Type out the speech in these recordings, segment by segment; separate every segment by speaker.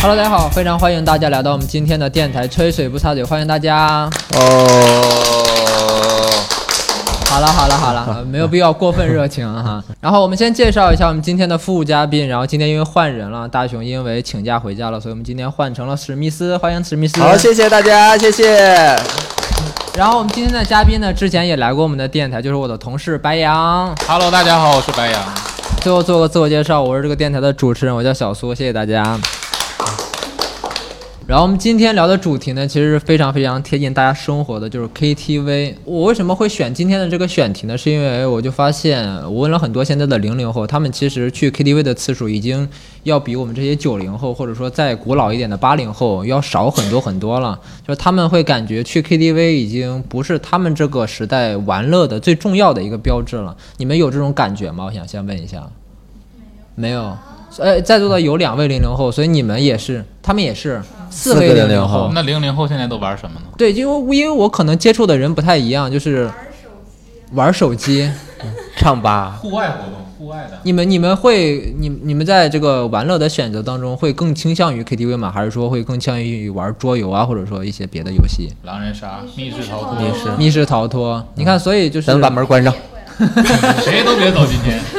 Speaker 1: Hello，大家好，非常欢迎大家来到我们今天的电台《吹水不插嘴》，欢迎大家。
Speaker 2: 哦，
Speaker 1: 好了好了好 了，呃没有必要过分热情啊哈。然后我们先介绍一下我们今天的副嘉宾，然后今天因为换人了，大雄因为请假回家了，所以我们今天换成了史密斯，欢迎史密斯。
Speaker 2: 好，谢谢大家，谢谢。
Speaker 1: 然后我们今天的嘉宾呢，之前也来过我们的电台，就是我的同事白羊。
Speaker 3: Hello，大家好，我是白羊。
Speaker 1: 最后做个自我介绍，我是这个电台的主持人，我叫小苏，谢谢大家。然后我们今天聊的主题呢，其实是非常非常贴近大家生活的，就是 KTV。我为什么会选今天的这个选题呢？是因为我就发现，我问了很多现在的零零后，他们其实去 KTV 的次数已经要比我们这些九零后，或者说再古老一点的八零后要少很多很多了。就是他们会感觉去 KTV 已经不是他们这个时代玩乐的最重要的一个标志了。你们有这种感觉吗？我想先问一下。没有。呃，在座的有两位零零后，所以你们也是，他们也是四位
Speaker 2: 个
Speaker 1: 零
Speaker 2: 00
Speaker 1: 后
Speaker 2: 后。
Speaker 3: 那零零后现在都玩什么呢？
Speaker 1: 对，因为因为我可能接触的人不太一样，就是玩手机。
Speaker 2: 唱吧，
Speaker 3: 户外活动，户外的。
Speaker 1: 你们你们会你你们在这个玩乐的选择当中，会更倾向于 KTV 吗？还是说会更倾向于玩桌游啊，或者说一些别的游戏？
Speaker 3: 狼人杀、密室逃脱，
Speaker 2: 密室
Speaker 1: 密室逃脱，你看，所以就是
Speaker 2: 咱们把门关上。
Speaker 3: 谁都别走，今天。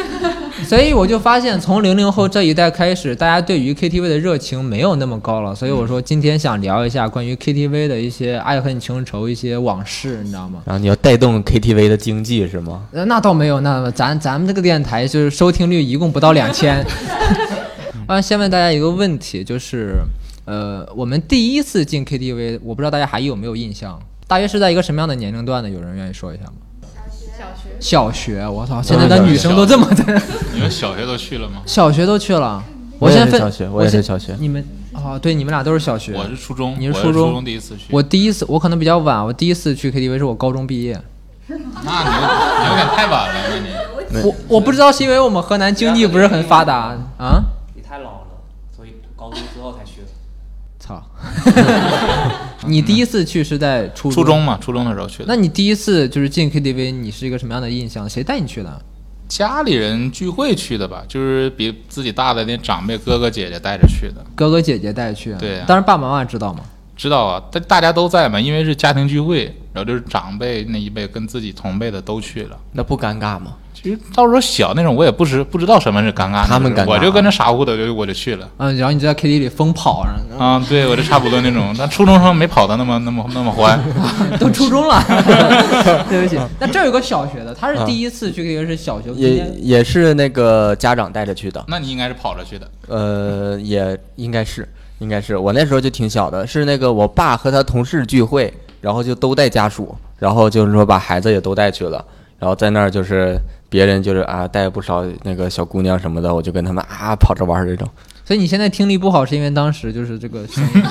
Speaker 1: 所以我就发现，从零零后这一代开始，大家对于 KTV 的热情没有那么高了。所以我说，今天想聊一下关于 KTV 的一些爱恨情仇、一些往事，你知道吗？
Speaker 2: 然后你要带动 KTV 的经济是吗？
Speaker 1: 呃，那倒没有，那咱咱们这个电台就是收听率一共不到两千。啊，先问大家一个问题，就是，呃，我们第一次进 KTV，我不知道大家还有没有印象，大约是在一个什么样的年龄段呢？有人愿意说一下吗？
Speaker 4: 小学
Speaker 1: 小学，我操，现在的女生都这么的。
Speaker 3: 你们小学都去了吗？
Speaker 1: 小学都去了。
Speaker 2: 我也
Speaker 1: 先
Speaker 2: 是
Speaker 1: 分，
Speaker 2: 小学我也是
Speaker 1: 先
Speaker 2: 小学
Speaker 1: 你们啊、对，你们俩都是小学。
Speaker 3: 我是初中，
Speaker 1: 你是
Speaker 3: 我
Speaker 1: 初中
Speaker 3: 初中第一次去。
Speaker 1: 我第一次，我可能比较晚，我第一次去 KTV 是我高中毕业。
Speaker 3: 那你有你有点太晚了，那你。
Speaker 1: 我我不知道是因为我们河南经济不是很发达啊。
Speaker 5: 你太老了，所以高中之后才 学。
Speaker 1: 操！你第一次去是在初
Speaker 3: 初中嘛，初中的时候去的。
Speaker 1: 那你第一次就是进 KTV，你是一个什么样的印象？谁带你去的？
Speaker 3: 家里人聚会去的吧，就是比自己大的那长辈哥哥姐姐带着去的。
Speaker 1: 哥哥姐姐带去。
Speaker 3: 对啊
Speaker 1: 当然爸爸妈妈知道吗？
Speaker 3: 知道啊，但大家都在嘛，因为是家庭聚会，然后就是长辈那一辈跟自己同辈的都去了。
Speaker 2: 那不尴尬吗？
Speaker 3: 其实到时候小那种，我也不知不知道什么是尴尬那种，
Speaker 2: 他们
Speaker 1: 啊
Speaker 2: 尴尬
Speaker 3: 我就跟着傻乎乎的就我就去了。
Speaker 1: 嗯，然后你就在 KTV 里疯跑， 然后
Speaker 3: 啊，对，我就差不多那种，但初中生没跑的那么那么那么欢。
Speaker 1: 都初中 了，对不起。那这儿有个小学的，他是第一次去 KTV 是小学，
Speaker 2: 啊也也是那个家长带着去的，
Speaker 3: 那你应该是跑着去的，
Speaker 2: 呃，也应该是，应该是我那时候就挺小的，是那个我爸和他同事聚会，然后就都带家属，然后就是说把孩子也都带去了，然后在那儿就是别人就是啊带不少那个小姑娘什么的，我就跟他们啊跑着玩儿这种。
Speaker 1: 所以你现在听力不好，是因为当时就是这个声音。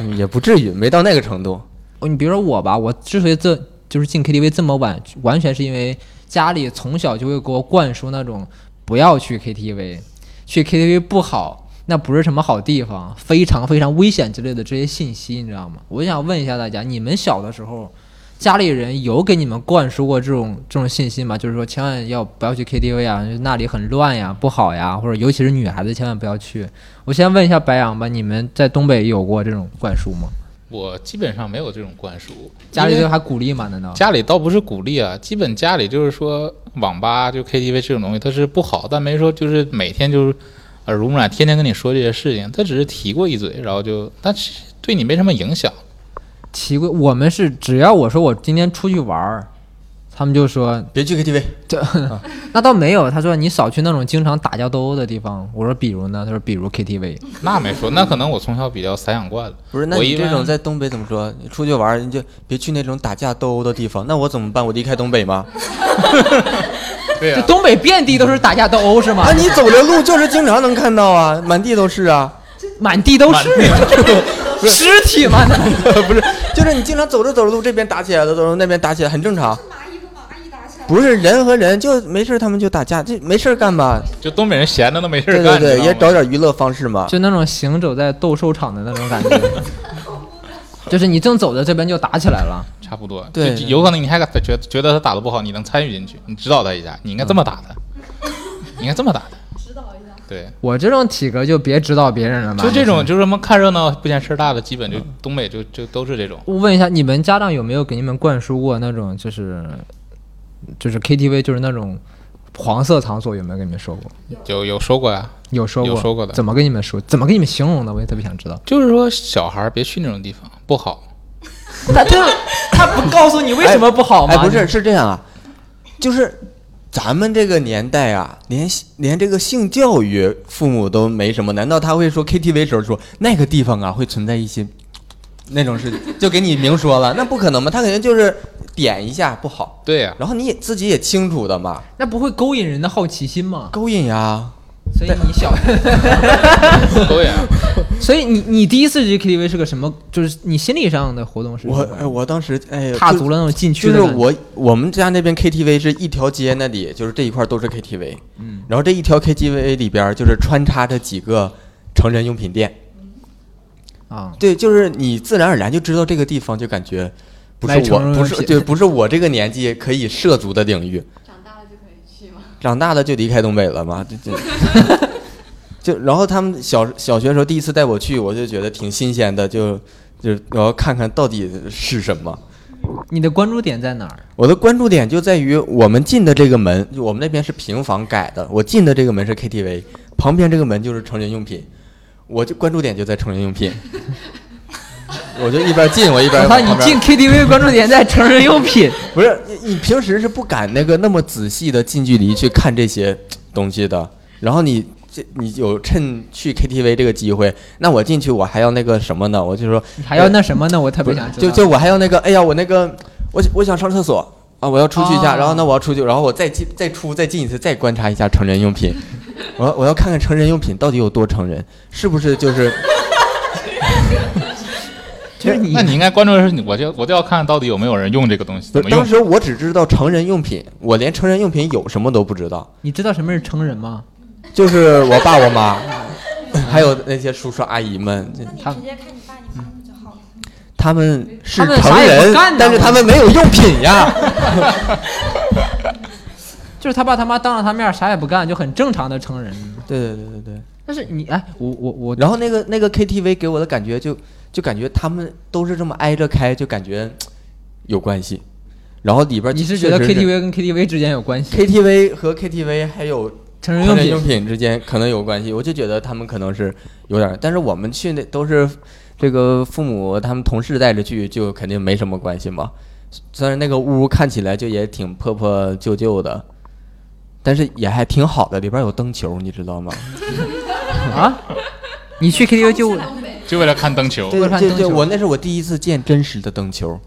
Speaker 2: 嗯也不至于，没到那个程度。
Speaker 1: 哦你比如说我吧，我之所以这就是进 KTV 这么晚，完全是因为家里从小就会给我灌输那种不要去 KTV，去 KTV 不好，那不是什么好地方，非常非常危险之类的这些信息，你知道吗？我想问一下大家，你们小的时候。家里人有给你们灌输过这种这种信息吗？就是说，千万要不要去 KTV 啊，那里很乱呀，不好呀，或者尤其是女孩子千万不要去。我先问一下白羊吧，你们在东北有过这种灌输吗？
Speaker 3: 我基本上没有这种灌输，
Speaker 1: 家里
Speaker 3: 因为
Speaker 1: 对还鼓励吗？难道？
Speaker 3: 家里倒不是鼓励啊，基本家里就是说网吧就 KTV 这种东西它是不好，但没说就是每天就是耳濡目染，天天跟你说这些事情，他只是提过一嘴，然后就但其实对你没什么影响。
Speaker 1: 奇怪，我们是只要我说我今天出去玩儿，他们就说
Speaker 2: 别去 KTV，
Speaker 1: 那倒没有。他说你少去那种经常打架斗殴的地方。我说比如呢？他说比如 KTV。
Speaker 3: 那没说，那可能我从小比较散养惯了。
Speaker 2: 不是？那
Speaker 3: 我
Speaker 2: 你
Speaker 3: 一
Speaker 2: 这
Speaker 3: 般
Speaker 2: 种在东北怎么说？你出去玩儿你就别去那种打架斗殴的地方，那我怎么办？我离开东北 吗？
Speaker 3: 对
Speaker 1: 这
Speaker 3: 啊，
Speaker 1: 东北遍地都是打架斗殴是吗
Speaker 2: 啊，？你走的路就是经常能看到啊，满地都是啊。
Speaker 1: 满地都是呀，尸体嘛那。
Speaker 2: 不是， 就是你经常走着走着路，这边打起来了，走着那边打起来，很正常。
Speaker 4: 蚂蚁和蚂蚁打起来，
Speaker 2: 不是人和人就没事，他们就打架，这没事儿干嘛？
Speaker 3: 就东北人闲着都没事
Speaker 2: 对
Speaker 3: 儿
Speaker 2: 对
Speaker 3: 干，
Speaker 2: 对，
Speaker 3: 你
Speaker 2: 也
Speaker 3: 知道
Speaker 2: 找
Speaker 3: 吗
Speaker 2: 点娱乐方式嘛。
Speaker 1: 就那种行走在斗兽场的那种感觉，就是你正走着这边就打起来了。
Speaker 3: 差不多。
Speaker 2: 对
Speaker 3: 就有可能你还敢觉觉得他打的不好，你能参与进去，你指导他一下，你应该这么打的，你应该这么打的。
Speaker 4: 指导一下。
Speaker 3: 对，
Speaker 1: 我这种体格就别指导别人了嘛。
Speaker 3: 就这种就是什么看热闹不嫌事儿大的，基本就
Speaker 2: 嗯
Speaker 3: 东北就就都是这种。
Speaker 1: 我问一下，你们家长有没有给你们灌输过那种就是就是 KTV 就是那种黄色场所？有没有跟你们说过？
Speaker 3: 有有说过呀、
Speaker 1: 有说过，
Speaker 3: 有说过的
Speaker 1: 怎么跟你们说？怎么跟你们形容的？我也特别想知道。
Speaker 3: 就是说小孩儿别去那种地方，不好。
Speaker 1: 他他他不告诉你为什么不好吗？
Speaker 2: 哎，不是，是这样啊，就是咱们这个年代啊，连连这个性教育父母都没什么，难道他会说 KTV 时候说那个地方啊会存在一些那种事情，就给你明说了？那不可能嘛，他肯定就是点一下不好，
Speaker 3: 对呀、
Speaker 2: 然后你也自己也清楚的嘛，
Speaker 1: 那不会勾引人的好奇心吗？
Speaker 2: 勾引呀。
Speaker 1: 所以你小，
Speaker 3: 对呀、
Speaker 1: 所以你你第一次去 KTV 是个什么？就是你心理上的活动是什么
Speaker 2: 我哎，我当时哎，
Speaker 1: 踏
Speaker 2: 就
Speaker 1: 足了那种禁区
Speaker 2: 就
Speaker 1: 的
Speaker 2: 是
Speaker 1: 感觉。
Speaker 2: 我我们家那边 KTV 是一条街那里，就是这一块都是 KTV，嗯，然后这一条 KTV 里边儿就是穿插着几个成人用 品店，
Speaker 1: 啊，
Speaker 2: 对，就是你自然而然就知道这个地方就感觉不
Speaker 1: 来
Speaker 2: 是
Speaker 1: 成
Speaker 2: 我
Speaker 1: 人
Speaker 2: 不
Speaker 1: 用
Speaker 2: 是
Speaker 1: 品
Speaker 2: 对不是我这个年纪可以涉足的领域，
Speaker 4: 长大了就可以去吗？
Speaker 2: 长大了就离开东北了嘛，就就 就然后他们小小学时候第一次带我去，我就觉得挺新鲜的，就就我要看看到底是什么。
Speaker 1: 你的关注点在哪儿？
Speaker 2: 我的关注点就在于我们进的这个门，就我们那边是平房改的，我进的这个门是 KTV，旁边这个门就是成人用品，我就关注点就在成人用品， 我就一边进我一边
Speaker 1: 我
Speaker 2: 往
Speaker 1: 操，
Speaker 2: 旁边。
Speaker 1: 啊你进 KTV 关注点在成人用品，
Speaker 2: 不是你你平时是不敢那个那么仔细的近距离去看这些东西的，然后你这你有趁去 KTV 这个机会，那我进去我还要那个什么呢？我就说
Speaker 1: 还要那什么呢？我特
Speaker 2: 不
Speaker 1: 别
Speaker 2: 是
Speaker 1: 想知道。
Speaker 2: 就就我还要那个，哎呀，我那个我我想上厕所啊，我要出去一下，
Speaker 1: 哦
Speaker 2: 然后呢我要出去，然后我再进再出再进一次，再观察一下成人用品， 我要我要看看成人用品到底有多成人，是不是就是
Speaker 1: 就是你
Speaker 3: 那你应该关注的是你，我就我就要看到底有没有人用这个东西，
Speaker 2: 不
Speaker 3: 怎
Speaker 2: 是
Speaker 3: 么
Speaker 2: 当
Speaker 3: 用。
Speaker 2: 时我只知道成人用品，我连成人用品有什么都不知道。
Speaker 1: 你知道什么是成人吗？
Speaker 2: 就是我爸 我妈，还有那些叔叔阿姨们，
Speaker 4: 那你
Speaker 1: 他
Speaker 4: 直接看你爸你妈不就好了？
Speaker 2: 他们是
Speaker 1: 他们啥
Speaker 2: 成
Speaker 1: 也不
Speaker 2: 人
Speaker 1: 干，呢
Speaker 2: 但是他们没有用 品呀。
Speaker 1: 就是他爸他妈当着他面啥也不干，就很正常的成人。
Speaker 2: 对对对对对。
Speaker 1: 但是你哎，我我我，
Speaker 2: 然后那个那个 KTV 给我的感觉就就感觉他们都是这么挨着开，就感觉有关系。然后里边
Speaker 1: 你是觉得
Speaker 2: 确实
Speaker 1: KTV 跟 KTV 之间有关系？
Speaker 2: KTV 和 KTV 还有
Speaker 1: 成人用
Speaker 2: 成
Speaker 1: 品
Speaker 2: 用品之间可能有关系，我就觉得他们可能是有点儿，但是我们去那都是这个父母他们同事带着去，就肯定没什么关系嘛。虽然那个屋看起来就也挺破破旧旧的，但是也还挺好的，里边有灯球，你知道吗？
Speaker 1: 啊？你去 KTV 就
Speaker 3: 就为了看灯球，
Speaker 1: 对
Speaker 2: 对
Speaker 1: 看
Speaker 2: 对
Speaker 1: 灯
Speaker 2: 对，
Speaker 1: 球
Speaker 2: 我那是我第一次见真实的灯球，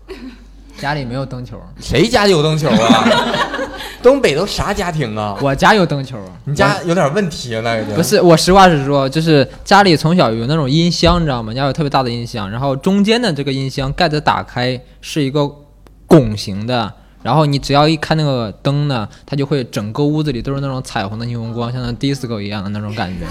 Speaker 1: 家里没有灯球，
Speaker 2: 谁家有灯球啊？ 东北都啥家庭啊？
Speaker 1: 我家有灯球。
Speaker 2: 你家有点问题啊，那个就
Speaker 1: 不是，我实话实说，就是家里从小有那种音箱，你知道吗？家有特别大的音箱，然后中间的这个音箱盖子打开是一个拱形的，然后你只要一开那个灯呢，它就会整个屋子里都是那种彩虹的霓虹光，像那 disco 一样的那种感觉。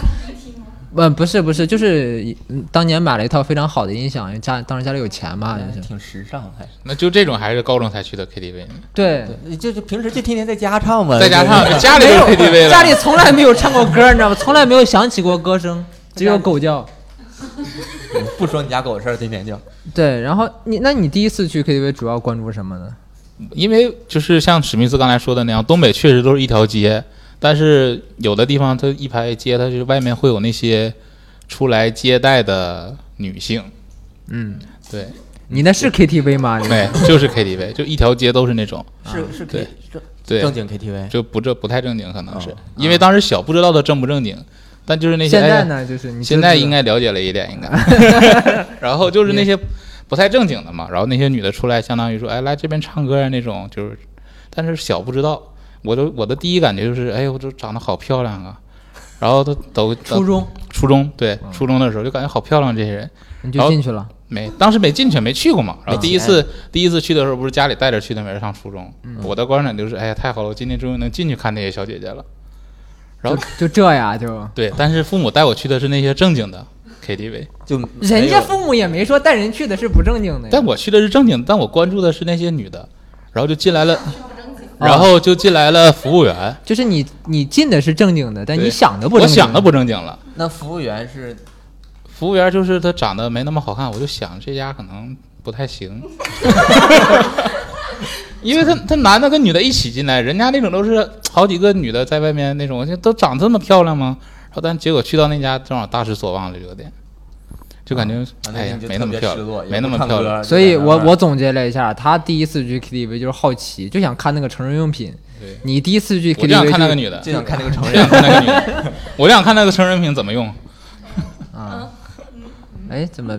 Speaker 1: 嗯，不是不是，就是嗯当年买了一套非常好的音响，因为家当时家里有钱嘛，就是
Speaker 2: 挺时尚，还是
Speaker 3: 那就这种还是高中才去的 KTV，
Speaker 1: 对，
Speaker 2: 你就就平时就天天在家唱嘛，
Speaker 3: 再加
Speaker 2: 对
Speaker 3: 上家里
Speaker 1: 没
Speaker 3: 都
Speaker 1: 有
Speaker 3: 是 KTV 了，
Speaker 1: 家里从来没有唱过歌，你知道吗？从来没有响起过歌声，只有狗叫。
Speaker 2: 不说你家狗的事儿，今天就
Speaker 1: 对，然后你那你第一次去 KTV 主要关注什么呢？
Speaker 3: 因为就是像史密斯刚才说的那样，东北确实都是一条街，但是有的地方它一排街，它就是外面会有那些出来接待的女性，
Speaker 1: 嗯，
Speaker 3: 对
Speaker 1: 你那是 KTV 吗？你
Speaker 3: 对，就是 KTV，就一条街都是那种，
Speaker 1: 啊
Speaker 2: 是是 K
Speaker 3: 对
Speaker 2: 正
Speaker 3: 对，
Speaker 2: 正经 KTV。
Speaker 3: 就不这不太正经，可能是
Speaker 2: 哦
Speaker 3: 因为当时小不知道它正不正经，但就是那些
Speaker 1: 现在
Speaker 3: 哎呀
Speaker 1: 呢？就是你
Speaker 3: 现在应该了解了一 点，应该。然后就是那些不太正经的嘛，然后那些女的出来，相当于说，哎，来这边唱歌啊那种，就是，但是小不知道，我都我的第一感觉就是，哎，我这长得好漂亮啊。然后都都
Speaker 1: 初中嗯
Speaker 3: 初中对初中的时候就感觉好漂亮，这些人
Speaker 1: 你就进去了，
Speaker 3: 没当时没进去没去过嘛。然
Speaker 2: 没
Speaker 3: 后第一
Speaker 2: 钱
Speaker 3: 次第一次去的时候不是家里带着去的，没上初中。
Speaker 1: 嗯
Speaker 3: 我的观感就是，哎呀，太好了，我今天终于能进去看那些小姐姐了。然后
Speaker 1: 就就这呀，就
Speaker 3: 对，但是父母带我去的是那些正经的 KTV。
Speaker 2: 就
Speaker 1: 人
Speaker 2: 没
Speaker 1: 家
Speaker 2: 有
Speaker 1: 父母也没说带人去的是不正经的呀。
Speaker 2: 哦
Speaker 3: 但我去的是正经，但我关注的是那些女的，然后就进来了。然后就进来了服务员，
Speaker 1: 就是你你进的是正经的，但你
Speaker 3: 对
Speaker 1: 想的不
Speaker 3: 我
Speaker 1: 正经。
Speaker 3: 想的不正经了。
Speaker 2: 那服务员是
Speaker 3: 服务员就是他长得没那么好看，我就想这家可能不 太行，因为他他男的跟女的一起进来，人家那种都是好几个女的在外面那种，就都长这么漂亮吗？然后但结果去到那家正好大失所望了，这个店就感觉、
Speaker 2: 啊那
Speaker 3: 哎呀
Speaker 2: 天就
Speaker 3: 没
Speaker 2: 特
Speaker 3: 那么
Speaker 2: 别
Speaker 3: 漂
Speaker 2: 失落
Speaker 3: 亮，
Speaker 2: 也
Speaker 3: 没那
Speaker 2: 不
Speaker 3: 么
Speaker 2: 唱
Speaker 3: 漂
Speaker 2: 歌
Speaker 3: 亮。
Speaker 2: 就
Speaker 1: 所以
Speaker 2: 在那
Speaker 1: 我
Speaker 2: 儿
Speaker 1: 我总结了一下，他第一次去 KTV 就是好奇，就想看那个成人用品。
Speaker 3: 对，
Speaker 1: 你第一次去
Speaker 3: 我就想
Speaker 1: KTV
Speaker 3: 看那个
Speaker 1: 就
Speaker 3: 女的，
Speaker 2: 就想看那个成
Speaker 3: 我 就
Speaker 2: 人
Speaker 3: 想，看那个女的，我就想看那个成人屏怎么用
Speaker 1: 啊，哎，怎么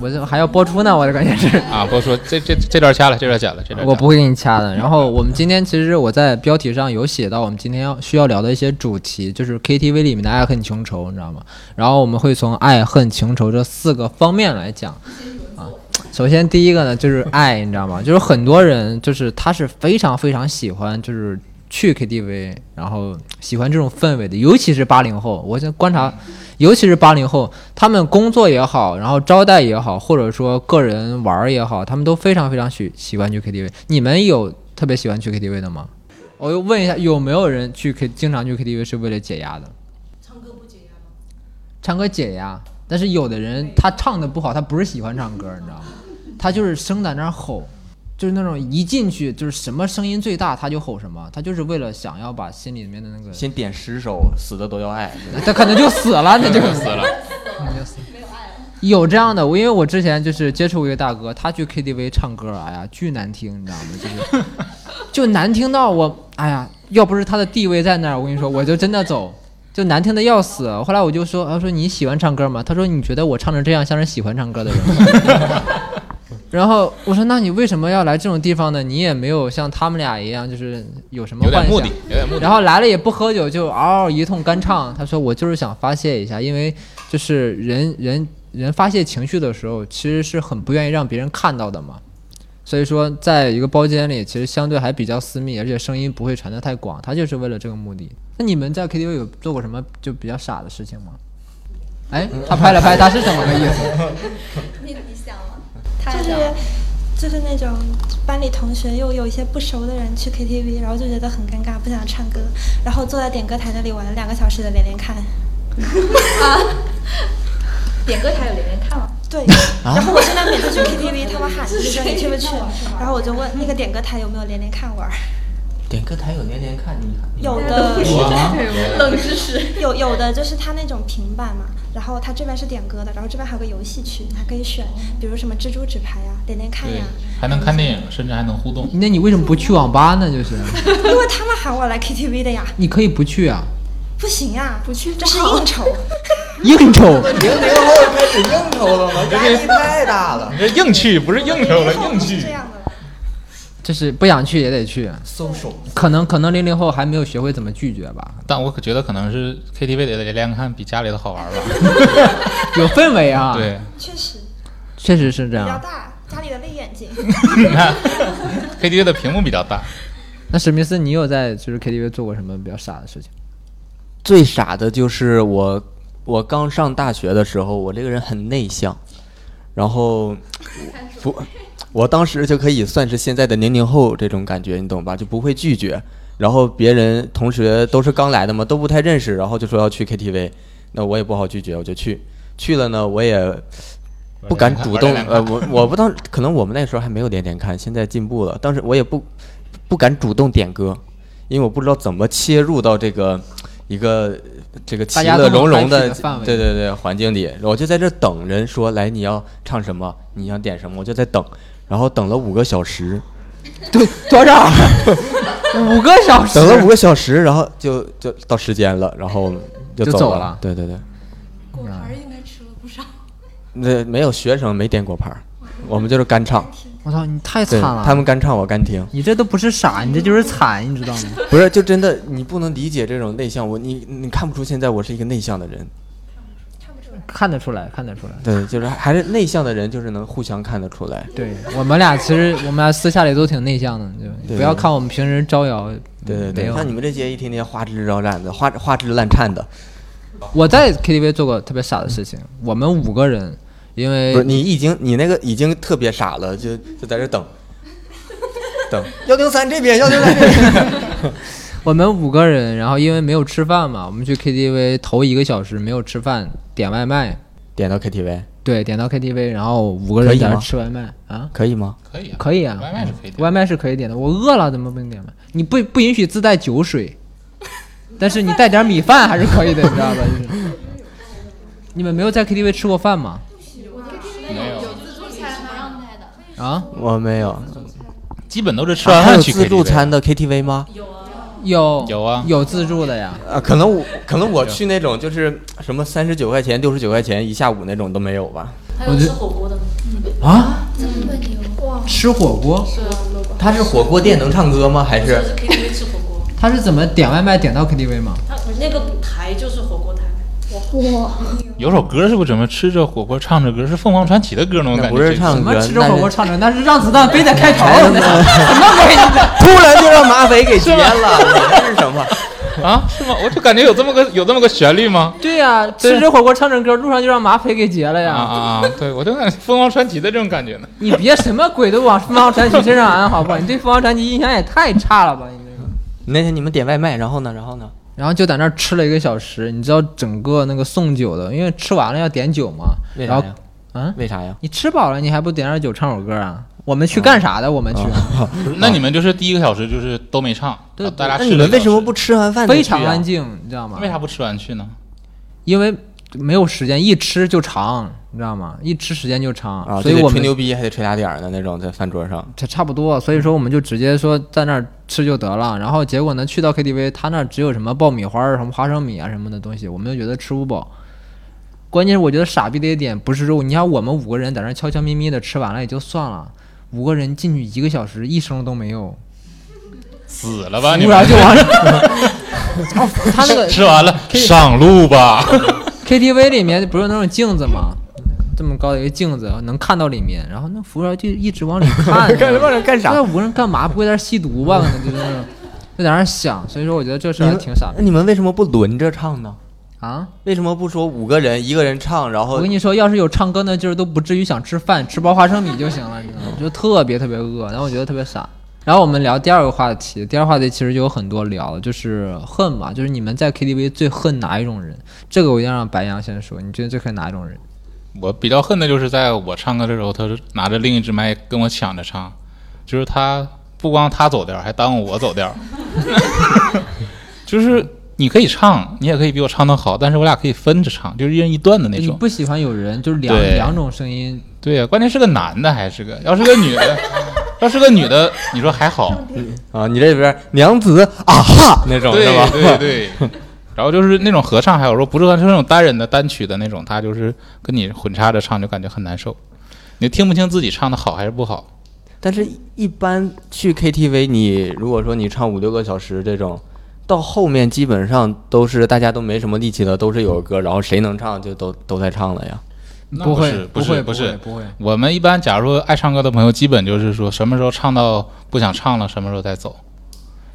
Speaker 1: 我怎么还要播出呢？我的感觉是。
Speaker 3: 啊！不说这这这段掐了，这段剪了，这段
Speaker 1: 我
Speaker 3: 掐
Speaker 1: 不会给你掐的。然后我们今天其实我在标题上有写到，我们今天要需要聊的一些主题，就是 KTV 里面的爱恨情仇，你知道吗？然后我们会从爱恨情仇这四个方面来讲啊。首先第一个呢，就是爱，你知道吗？就是很多人就是他是非常非常喜欢就是去 KTV，然后喜欢这种氛围的，尤其是八零后。我现在观察，尤其是八零后，他们工作也好，然后招待也好，或者说个人玩儿也好，他们都非常非常喜喜欢去 KTV。你们有特别喜欢去 KTV 的吗？我又问一下，有没有人去 K 经常去 KTV 是为了解压的？
Speaker 4: 唱歌不解压吗？
Speaker 1: 唱歌解压，但是有的人他唱的不好，他不是喜欢唱歌，你知道吗？他就是生在那儿吼，就是那种一进去就是什么声音最大他就吼什么，他就是为了想要把心里面的那个，
Speaker 2: 先点十首，死的都要爱。
Speaker 1: 他可能就死了，那就
Speaker 3: 死了。
Speaker 1: 有这样的，我因为我之前就是接触过一个大哥，他去 KTV 唱歌，哎呀，巨难听，你知道吗？就是 就难听到我，哎呀，要不是他的地位在那儿，我跟你说，我就真的走，就难听的要死。后来我就说，他说你喜欢唱歌吗？他说你觉得我唱成这样像是喜欢唱歌的人吗？ 然后我说，那你为什么要来这种地方呢？你也没有像他们俩一样，就是有什么
Speaker 3: 有
Speaker 1: 幻想
Speaker 3: 点目的，有点目的。
Speaker 1: 然后来了也不喝酒，就嗷嗷一通干唱。他说我就是想发泄一下，因为就是人人人发泄情绪的时候，其实是很不愿意让别人看到的嘛。所以说，在一个包间里，其实相对还比较私密，而且声音不会传得太广。他就是为了这个目的。那你们在 KTV 有做过什么就比较傻的事情吗？哎，他拍了拍，他是怎么个意思？
Speaker 4: 你你想吗？
Speaker 6: 就是就是那种班里同学又有一些不熟的人去 KTV，然后就觉得很尴尬，不想唱歌，然后坐在点歌台那里玩两个小时的连连看。
Speaker 4: 啊点歌台有连连看吗？
Speaker 6: 对，然后我现在每次去 KTV，他们喊就是说你去不去，然后我就问那个点歌台有没有连连看玩儿，
Speaker 2: 点歌台有连连看，你看
Speaker 6: 有的
Speaker 3: 啊
Speaker 1: 嗯
Speaker 4: 冷知识。
Speaker 6: 有有的就是它那种平板嘛，然后它这边是点歌的，然后这边还有个游戏区，你还可以选，比如什么蜘蛛纸牌呀、啊连连看
Speaker 3: 对
Speaker 6: 呀，，
Speaker 3: 还能看电影，甚至还能互动。
Speaker 1: 那你为什么不去网吧呢？就是
Speaker 6: 因为他们喊我来 KTV 的呀，
Speaker 1: 你可以不去啊，
Speaker 6: 不行呀，不去这是应酬。
Speaker 1: 应酬。
Speaker 2: 零零后开始应酬了吗？压力太大了
Speaker 3: 你。这硬气不是应酬了，
Speaker 6: 零零后
Speaker 3: 硬
Speaker 6: 都是
Speaker 3: 气
Speaker 6: 这。样的。
Speaker 1: 就是不想去也得去，
Speaker 2: social
Speaker 1: 可能可能零零后还没有学会怎么拒绝 吧，
Speaker 3: 但我可觉得可能是 KTV 里的连连看比家里的好玩吧。
Speaker 1: 有氛围啊。，
Speaker 3: 对，
Speaker 6: 确实
Speaker 1: 确实是这
Speaker 6: 比较
Speaker 1: 样。
Speaker 6: 大，家里的累眼睛。
Speaker 3: 你看 KTV 的屏幕比较大，
Speaker 1: 那史密斯，你有在就是 KTV 做过什么比较傻的 事情？
Speaker 2: 最傻的就是我，我刚上大学的时候，我这个人很内向，然后不，我当时就可以算是现在的零零后这种感觉，你懂吧？就不会拒绝。然后别人同学都是刚来的嘛，都不太认识，然后就说要去 KTV，那我也不好拒绝，我就去。去了呢，我也不敢主动，呃，我我不当，可能我们那时候还没有点点看，现在进步了。当时我也不不敢主动点歌，因为我不知道怎么切入到这个一个这个其
Speaker 1: 大家
Speaker 2: 乐
Speaker 1: 都
Speaker 2: 融
Speaker 1: 能
Speaker 2: 融的
Speaker 1: happy 的范围
Speaker 2: 对对对环境里，我就在这等人说来你要唱什么，你想点什么，我就在等，然后等了五个小时，
Speaker 1: 对，多少？ 五个小时。
Speaker 2: 等了五个小时，然后就就到时间了，然后就
Speaker 1: 就
Speaker 2: 走
Speaker 1: 走了
Speaker 2: 了。对对对，
Speaker 4: 果盘儿应该吃了不少。
Speaker 2: 那没有学生没点果 盘儿，我们就是干唱，
Speaker 1: 我操，你太
Speaker 2: 对
Speaker 1: 惨了。
Speaker 2: 他们干唱我干听。
Speaker 1: 你这都不是傻，你这就是惨，你知 道吗？
Speaker 2: 不是，就真的你不能理解这种内向，我你你看不出现在我是一个内向的人，
Speaker 1: 看得出来，看得出来。
Speaker 2: 对，就是还是内向的人，就是能互相看得出来，
Speaker 1: 对我们俩其实我们俩私下里都挺内向的，就
Speaker 2: 对
Speaker 1: 不要看我们平时招摇。
Speaker 2: 对对
Speaker 1: 没
Speaker 2: 对，
Speaker 1: 有
Speaker 2: 像你们这些一天天花枝招展的，花花枝乱颤的，
Speaker 1: 我在 KTV 做过特别傻的事情，我们五个人，因为
Speaker 2: 不是你已经你那个已经特别傻了，就就在这等， 等幺零三这边，幺零三这边。
Speaker 1: 我们五个人，然后因为没有吃饭嘛，我们去 KTV 头一个小时没有吃饭，点外卖，
Speaker 2: 点到 KTV
Speaker 1: 对，点到 KTV，然后五个
Speaker 2: 可
Speaker 1: 人
Speaker 2: 以
Speaker 1: 在那
Speaker 2: 吗
Speaker 1: 吃外卖啊。
Speaker 2: 可以吗？
Speaker 3: 可以啊，
Speaker 1: 可以啊，
Speaker 3: 外卖是可以点的
Speaker 1: 外卖是可以点的。我饿了怎么不能点吗？你不不允许自带酒水，但是你带点米饭还是可以的，你知道吧？就是你们没有在 KTV 吃过饭吗？
Speaker 3: 没有，
Speaker 4: 自助餐吗？让带的，
Speaker 1: 啊，
Speaker 2: 我没有。
Speaker 3: 基本都是吃
Speaker 2: 啊，
Speaker 3: 完
Speaker 2: 还有
Speaker 3: 饭去
Speaker 2: 自
Speaker 3: KTV。
Speaker 2: 助餐的 KTV 吗？
Speaker 1: 有
Speaker 3: 有啊
Speaker 1: 有自助的呀。
Speaker 2: 啊，可能我可能我去那种就是什么三十九块钱、六十九块钱一下午那种都没有吧。
Speaker 7: 还有吃火锅的吗？
Speaker 1: 啊，吃火锅，
Speaker 2: 它是火锅店能唱歌吗？还
Speaker 7: 就是 KTV 吃火锅，
Speaker 1: 他是怎么点外卖点到 KTV 吗？
Speaker 7: 它那个台就是火锅台。
Speaker 3: 有首歌是不是准备吃着火锅唱着歌，是凤凰传奇的歌那种
Speaker 2: 那
Speaker 3: 感觉？
Speaker 2: 不是唱
Speaker 1: 什么
Speaker 2: 歌，
Speaker 1: 吃着火锅
Speaker 2: 那是
Speaker 1: 唱着，那是让子弹飞在开 头， 什么鬼？你这
Speaker 2: 突然就让马匪给接 了，你这是什么？
Speaker 3: 啊？是吗？我就感觉有这么个有这么个旋律吗？
Speaker 1: 对呀，
Speaker 2: 啊
Speaker 1: 吃着火锅唱着歌，路上就让马匪给劫了
Speaker 3: 啊
Speaker 1: 呀。
Speaker 3: 啊啊！对，我就感觉凤凰传奇的这种感觉呢。
Speaker 1: 你别什么鬼都往凤凰传奇身上安，好不好？你对凤凰传奇印象也太差了吧？你这个。
Speaker 2: 那天你们点外卖，然后呢？然后呢？
Speaker 1: 然后就在那儿吃了一个小时，你知道整个那个送酒的，因为吃完了要点酒嘛。
Speaker 2: 为
Speaker 1: 然
Speaker 2: 啥
Speaker 1: 后
Speaker 2: 呀，？
Speaker 1: 嗯，
Speaker 2: 为啥呀？
Speaker 1: 你吃饱了你还不点点酒唱首歌啊？我们去干啥的？我们去、
Speaker 2: 啊
Speaker 3: 那你们就是第一个小时就是都没唱，
Speaker 1: 对
Speaker 3: 啊大家
Speaker 2: 那
Speaker 3: 吃
Speaker 2: 你
Speaker 3: 了
Speaker 2: 们
Speaker 3: 一
Speaker 2: 为
Speaker 3: 小
Speaker 2: 什么
Speaker 3: 时
Speaker 2: 不？吃完饭就去啊
Speaker 1: 非常安？静，你知道吗？
Speaker 3: 为啥？不吃完去呢？
Speaker 1: 因为没有时间，一吃就长，你知道吗？一吃时间就长，
Speaker 2: 啊，
Speaker 1: 所
Speaker 2: 就
Speaker 1: 以
Speaker 2: 得
Speaker 1: 我
Speaker 2: 吹
Speaker 1: 们
Speaker 2: 牛逼还得吹俩点儿的那种，在饭桌上。
Speaker 1: 差差不多，所以说我们就直接说在那儿吃就得了。然后结果呢，去到 KTV，他那儿只有什么爆米花儿、什么花生米啊什么的东西，我们就觉得吃不饱。关键是我觉得傻逼的一点不是肉，你看我们五个人在那儿悄悄咪咪的吃完了也就算了，五个人进去一个小时一声都没 有，
Speaker 3: 死了吧你
Speaker 1: 突
Speaker 3: 们！
Speaker 1: 然就完了。哦 他那个
Speaker 3: 吃完了上路吧。
Speaker 1: KTV 里面不是有那种镜子吗？这么高的一个镜子能看到里面，然后那服务员就一直往里看，你知道吗
Speaker 2: 人干
Speaker 1: 那五个人干嘛？不会在那儿吸毒吧？可能就是那种，就在那儿想。所以说，我觉得这事
Speaker 2: 你
Speaker 1: 儿还
Speaker 2: 们
Speaker 1: 挺傻
Speaker 2: 那你们为什么不轮着唱呢？
Speaker 1: 啊！
Speaker 2: 为什么不说五个人一个人唱，然
Speaker 1: 我
Speaker 2: 后
Speaker 1: 跟你说，要是有唱歌那劲儿，都不至于想吃饭，吃包花生米就行了，你知道吗？就特别特别饿，然后我觉得特别傻。然后我们聊第二个话题，第二个话题其实就有很多聊，就是恨嘛，就是你们在 KTV 最恨哪一种人？这个我一定要让白羊先说，你觉得最恨哪一种人？
Speaker 3: 我比较恨的就是在我唱歌的时候，他就拿着另一只麦跟我抢着唱，就是他不光他走调，还耽误我走调。 就是你可以唱，你也可以比我唱的好，但是我俩可以分着唱，就是一人一段的那
Speaker 1: 你
Speaker 3: 种。
Speaker 1: 不喜欢有人就是两
Speaker 3: 对
Speaker 1: 两种声音，
Speaker 3: 对呀，关键是个男的还是个，要是个 女的，要是个女的，你说还好，
Speaker 2: 啊？你这边娘子啊哈那种
Speaker 3: 对
Speaker 2: 是吧？
Speaker 3: 对对。然后就是那种合唱，还有说不是合唱，就是那种单人的单曲的那种，他就是跟你混插着唱，就感觉很难受，你听不清自己唱的好还是不好。
Speaker 2: 但是，一般去 KTV，你如果说你唱五六个小时这种，到后面基本上都是大家都没什么力气了，都是有歌，然后谁能唱就都都在唱了呀。
Speaker 3: 那
Speaker 1: 不
Speaker 3: 不
Speaker 1: 会
Speaker 3: 是
Speaker 1: 不
Speaker 3: 不是
Speaker 1: 会
Speaker 3: 不
Speaker 1: 会
Speaker 3: 是
Speaker 1: 不会。
Speaker 3: 我们一般，假如说爱唱歌的朋友，基本就是说什么时候唱到不想唱了，什么时候再走，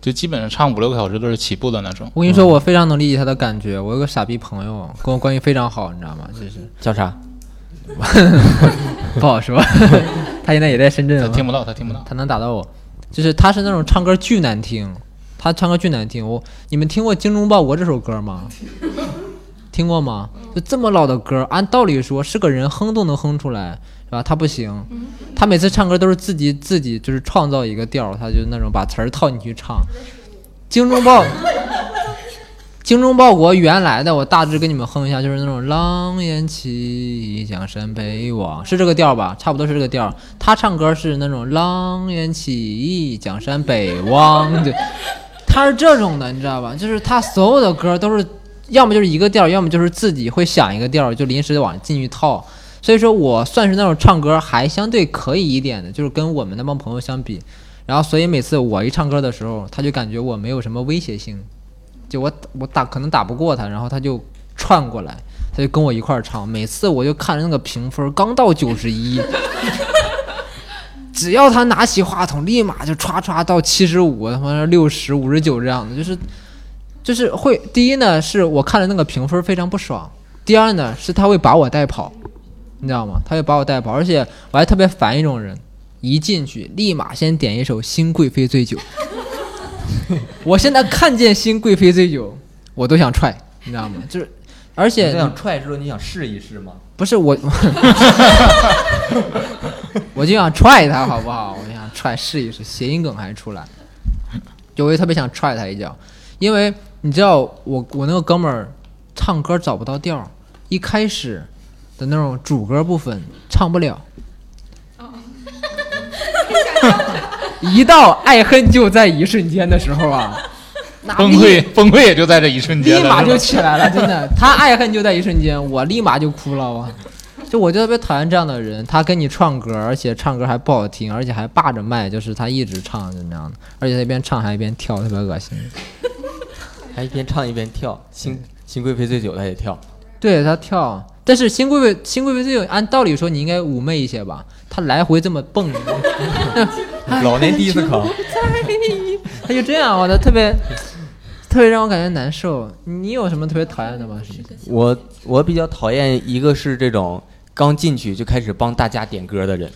Speaker 3: 就基本上唱五六个小时都是起步的那种。
Speaker 1: 我跟你说，我非常能理解他的感觉。我有个傻逼朋友，跟我关系非常好，你知道吗？ 就是
Speaker 2: 叫啥？
Speaker 1: 不好说， 他现在也在深
Speaker 3: 他
Speaker 1: 圳嘛，
Speaker 3: 听不到，他听不到。
Speaker 1: 嗯他能打到我。就是他是那种唱歌巨难听，他唱歌巨难听。我你们听过《精忠报国》这首歌吗？听过吗？就这么老的歌，按道理说是个人哼都能哼出来，是吧？他不行，他每次唱歌都是自己自己就是创造一个调儿，他就那种把词儿套进去唱。精忠报，精忠报国原来的我大致给你们哼一下，就是那种狼烟起，江山北望，是这个调儿吧？差不多是这个调儿。他唱歌是那种狼烟起，江山北望，对，他是这种的，你知道吧？就是他所有的歌都是要么就是一个调儿，要么就是自己会想一个调儿，就临时往进去套。所以说我算是那种唱歌还相对可以一点的，就是跟我们那帮朋友相比。然后所以每次我一唱歌的时候，他就感觉我没有什么威胁性，就我我打可能打不过他，然后他就串过来，他就跟我一块儿唱。每次我就看着那个评分刚到九十一，只要他拿起话筒，立马就歘歘到七十五，他妈六十五十九这样的，就是就是会第一呢是我看着那个评分非常不爽，第二呢是他会把我带跑，你知道吗？他会把我带跑，而且我还特别烦一种人，一进去立马先点一首《新贵妃醉酒》。 我现在看见《新贵妃醉酒》，我都想踹，你知道吗？就是，而且
Speaker 2: 你想踹的时候，你想试一试吗？
Speaker 1: 不是我， 我就想踹他，好不好？我想踹试一试，谐音梗还出来。就我也特别想踹他一脚，因为你知道我我那个哥们儿唱歌找不到调儿，一开始的那种主歌部分唱不了，一到爱恨就在一瞬间的时候啊，那
Speaker 3: 崩
Speaker 1: 立
Speaker 3: 溃崩溃也就在这一瞬间
Speaker 1: 立
Speaker 3: 了，
Speaker 1: 马
Speaker 3: 是
Speaker 1: 就
Speaker 3: 吧
Speaker 1: 起来了，真的，他爱恨就在一瞬间，我立马就哭了啊！就我就特别讨厌这样的人，他跟你唱歌，而且唱歌还不好听，而且还霸着麦，就是他一直唱就那样的，而且他一边唱还一边跳，特别恶心。
Speaker 2: 还一边唱一边跳，新新贵妃醉酒，他也跳。
Speaker 1: 对他跳，但是新贵妃新贵妃这种，按道理说你应该妩媚一些吧，他来回这么蹦， 哎
Speaker 2: 老那迪斯科，
Speaker 1: 他就这样，我的特别特别让我感觉难受。你有什么特别讨厌的吗？
Speaker 2: 我我比较讨厌一个是这种刚进去就开始帮大家点歌的人，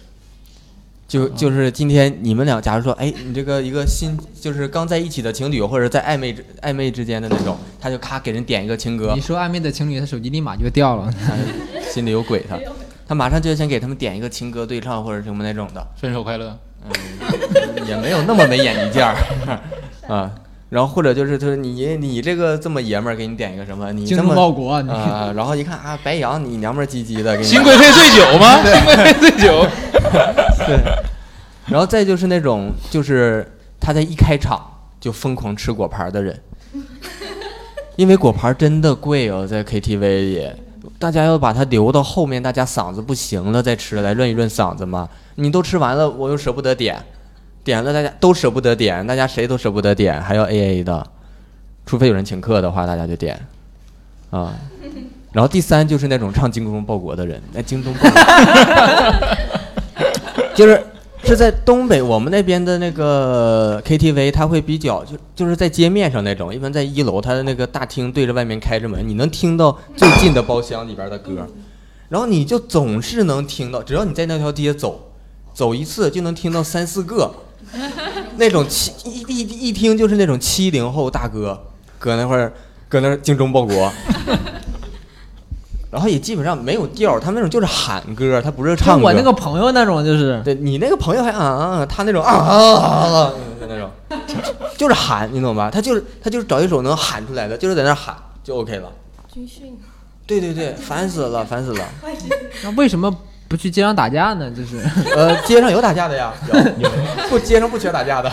Speaker 2: 就就是今天你们俩，假如说，哎，你这个一个新就是刚在一起的情侣，或者在暧昧之暧昧之间的那种，他就咔给人点一个情歌
Speaker 1: 你，说暧昧的情侣，他手机立马就掉了。
Speaker 2: 心里有鬼他， 他马上就想给他们点一个情歌对唱或者什么那种的，
Speaker 3: 分手快乐。
Speaker 2: 也没有那么没眼力见 儿啊。然后或者就是他说你你这个这么爷们儿，给你点一个什么？你
Speaker 1: 精
Speaker 2: 这
Speaker 1: 忠
Speaker 2: 么
Speaker 1: 报国啊你
Speaker 2: 啊、然后一看啊，白羊你娘们儿唧唧 的，给你
Speaker 3: 新贵妃醉酒 吗？新贵妃醉酒，
Speaker 2: 对。然后再就是那种就是他在一开场就疯狂吃果盘儿的人，因为果盘儿真的贵哦，在 KTV 里，大家要把它留到后面，大家嗓子不行了再吃，来润一润嗓子嘛。你都吃完了，我又舍不得点，点了大家都舍不得点，大家谁都舍不得点，还要 AA 的，除非有人请客的话，大家就点，啊。然后第三就是那种唱精忠报国的人，那精忠报国。就是是在东北我们那边的那个 KTV，它会比较就就是在街面上那种，一般在一楼，它的那个大厅对着外面开着门，你能听到最近的包厢里边的歌，然后你就总是能听到，只要你在那条街走，走一次就能听到三四个，那种七一一一听就是那种七零后大哥，搁那块儿搁那儿精忠报 国。然后也基本上没有调儿，他们那种就是喊歌，他不是唱
Speaker 1: 就
Speaker 2: 歌。
Speaker 1: 我那个朋友那种就是，
Speaker 2: 对你那个朋友还啊啊，啊，他那种啊啊啊啊啊就那种，就是喊，你懂吧？他就是他就是找一首能喊出来的，就是在那儿喊就 OK 了。
Speaker 7: 军训，
Speaker 2: 对对对，烦死了，烦死了。
Speaker 1: 那为什么不去街上打架呢？就是
Speaker 2: 呃，街上有打架的呀，有有，不街上不缺打架的。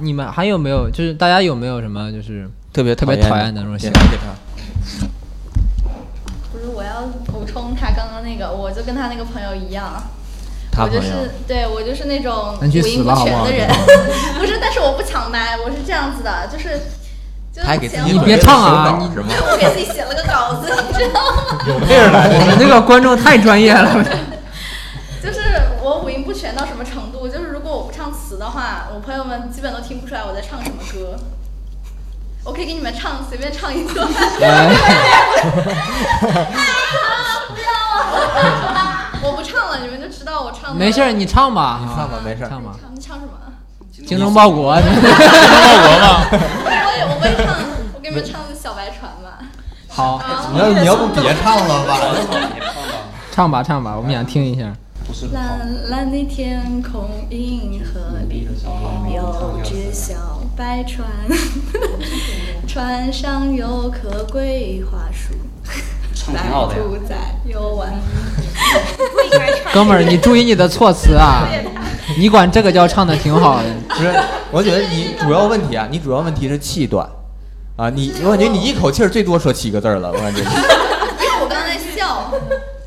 Speaker 1: 你们还有没有？就是大家有没有什么就是
Speaker 2: 特别
Speaker 1: 特别讨厌的那种行
Speaker 2: 点
Speaker 1: 为？
Speaker 2: 给他。
Speaker 4: 不是，我要补充他刚刚那个，我就跟他那个朋友一样，
Speaker 2: 他
Speaker 4: 我就
Speaker 2: 朋友
Speaker 4: 是对我就是那种
Speaker 1: 那你去
Speaker 4: 五音
Speaker 1: 死
Speaker 4: 不
Speaker 1: 吧好
Speaker 4: 全
Speaker 1: 不好
Speaker 4: 的人， 不是，但是我不抢麦，我是这样子的，就是就
Speaker 2: 他还给自
Speaker 4: 想
Speaker 2: 己
Speaker 1: 你
Speaker 2: 准
Speaker 1: 别
Speaker 2: 备了
Speaker 1: 唱啊
Speaker 2: 手稿
Speaker 1: 你
Speaker 2: 是吗？
Speaker 4: 我给自己写了个稿子，你知道吗？
Speaker 1: 我们这个观众太专业了，
Speaker 4: 就是我五音不全到什么程度，就是如果我不唱词的话，我朋友们基本都听不出来我在唱什么歌。我可以给你们唱，随便唱一段。
Speaker 1: 哎
Speaker 4: 我不唱了，你们就知道我唱的。
Speaker 1: 没事儿，你唱吧，
Speaker 2: 你
Speaker 1: 啊
Speaker 2: 唱吧没事儿
Speaker 1: 唱吧，
Speaker 4: 你唱什么？
Speaker 1: 精忠报国。
Speaker 4: 我也我会唱，我给你们唱《小白船》吧。
Speaker 1: 好，
Speaker 2: 你要你要不别唱了吧？
Speaker 1: 唱吧唱吧，我们想听一下。
Speaker 4: 蓝蓝的天空，银河里有只小白船， 船上有棵桂花树，
Speaker 5: 唱挺
Speaker 4: 白
Speaker 5: 好的呀。
Speaker 4: 兔在游玩。
Speaker 1: 哥们儿，你注意你的措辞啊！你管这个叫唱的挺好的，
Speaker 2: 不是，我觉得你主要问题啊，你主要问题是气短啊。你我感觉你一口气儿最多说七个字儿了，我感觉你
Speaker 4: 因为我刚才笑，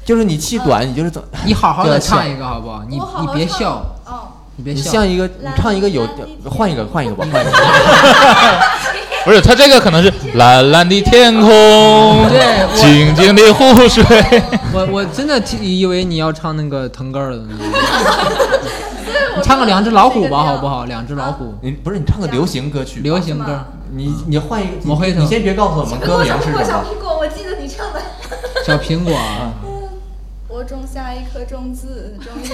Speaker 2: 就是你气
Speaker 1: 嗯
Speaker 2: 短，你就是怎么
Speaker 1: 你好好的唱一
Speaker 2: 个。
Speaker 1: 个好不好？你
Speaker 4: 我好
Speaker 1: 你
Speaker 4: 好
Speaker 1: 别
Speaker 4: 唱
Speaker 1: 笑，。
Speaker 4: 哦，
Speaker 1: 你别
Speaker 2: 你
Speaker 1: 笑
Speaker 2: 像。一个，你唱一个有
Speaker 4: 蓝蓝的，
Speaker 2: 换一个，换一 个吧，换一个。
Speaker 3: 不是他这个可能是蓝蓝的天空，
Speaker 1: 对我
Speaker 3: 静静的湖水。
Speaker 1: 我我真的听以为你要唱那个腾格尔的呢，你唱个两只老虎吧好不好？两只老虎，
Speaker 2: 你不是你唱个流行歌曲吧，
Speaker 1: 流行歌。
Speaker 2: 你你换一个，你
Speaker 1: 抹黑他
Speaker 2: 你先别告诉我们歌名是什么，
Speaker 4: 苹果，我记得你唱的。
Speaker 1: 小苹果，啊，
Speaker 4: 我头种下一颗种子，种一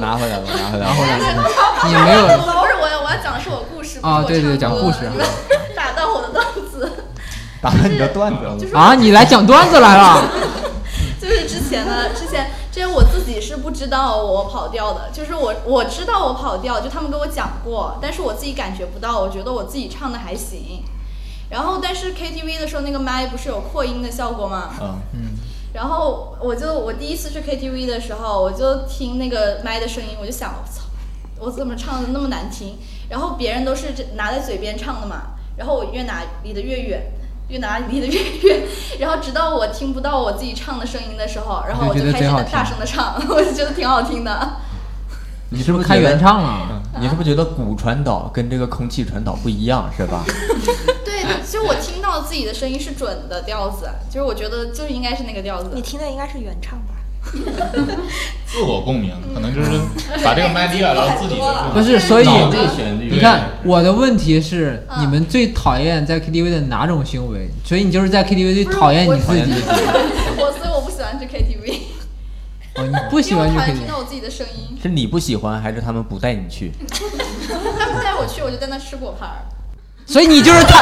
Speaker 2: 拿回来了，拿回来
Speaker 1: 然后
Speaker 2: 了。
Speaker 1: 呢，你没有
Speaker 4: 不是我，我要讲的是我故事，不是
Speaker 1: 啊
Speaker 4: 我
Speaker 1: 对对
Speaker 4: 唱
Speaker 1: 讲
Speaker 4: 歌
Speaker 1: 故事
Speaker 4: 你们 打断我的段子。
Speaker 2: 打断你的段子了
Speaker 4: 就。是
Speaker 1: 啊，你来讲段子来了，
Speaker 4: 就是之前呢，之前这些我自己是不知道我跑调的，就是我我知道我跑调，就他们跟我讲过，但是我自己感觉不到，我觉得我自己唱的还行。然后，但是 KTV 的时候，那个麦不是有扩音的效果吗？
Speaker 2: 嗯，
Speaker 4: 然后我就我第一次去 KTV 的时候，我就听那个麦的声音，我就想，我操，我怎么唱的那么难听？然后别人都是这拿在嘴边唱的嘛，然后我越拿离得越远，越拿离得越远，然后直到我听不到我自己唱的声音的时候，然后我
Speaker 1: 你
Speaker 4: 就
Speaker 1: 就觉得
Speaker 4: 开始
Speaker 1: 贼好
Speaker 4: 很
Speaker 1: 听
Speaker 4: 大声的唱，我就觉得挺好听的。
Speaker 1: 你是不是开原唱了？
Speaker 2: 你是不是觉得骨传导跟这个空气传导不一样，是吧？
Speaker 4: 对，就我听到自己的声音是准的调子，就是我觉得就是应该是那个调子。
Speaker 6: 你听的应该是原唱吧？
Speaker 3: 自我共鸣，可能就是把这个麦离远了，自己就
Speaker 1: 不是，所以
Speaker 3: 脑子
Speaker 5: 里旋律
Speaker 1: 你看我的问题是，
Speaker 4: 嗯
Speaker 1: 你们最讨厌在 KTV 的哪种行为？所以你就是在 KTV 最讨厌你自己。
Speaker 4: 我所以我不喜欢去 KTV，
Speaker 1: 哦，你不喜
Speaker 4: 因为
Speaker 1: 欢
Speaker 4: 我
Speaker 1: 就
Speaker 4: 讨
Speaker 1: 可
Speaker 4: 厌
Speaker 1: 以
Speaker 4: 听。到我自己的声音。
Speaker 2: 是你不喜欢，还是他们不带你去？
Speaker 4: 他们带我去，我就在那吃果盘儿。
Speaker 1: 所以你就是他，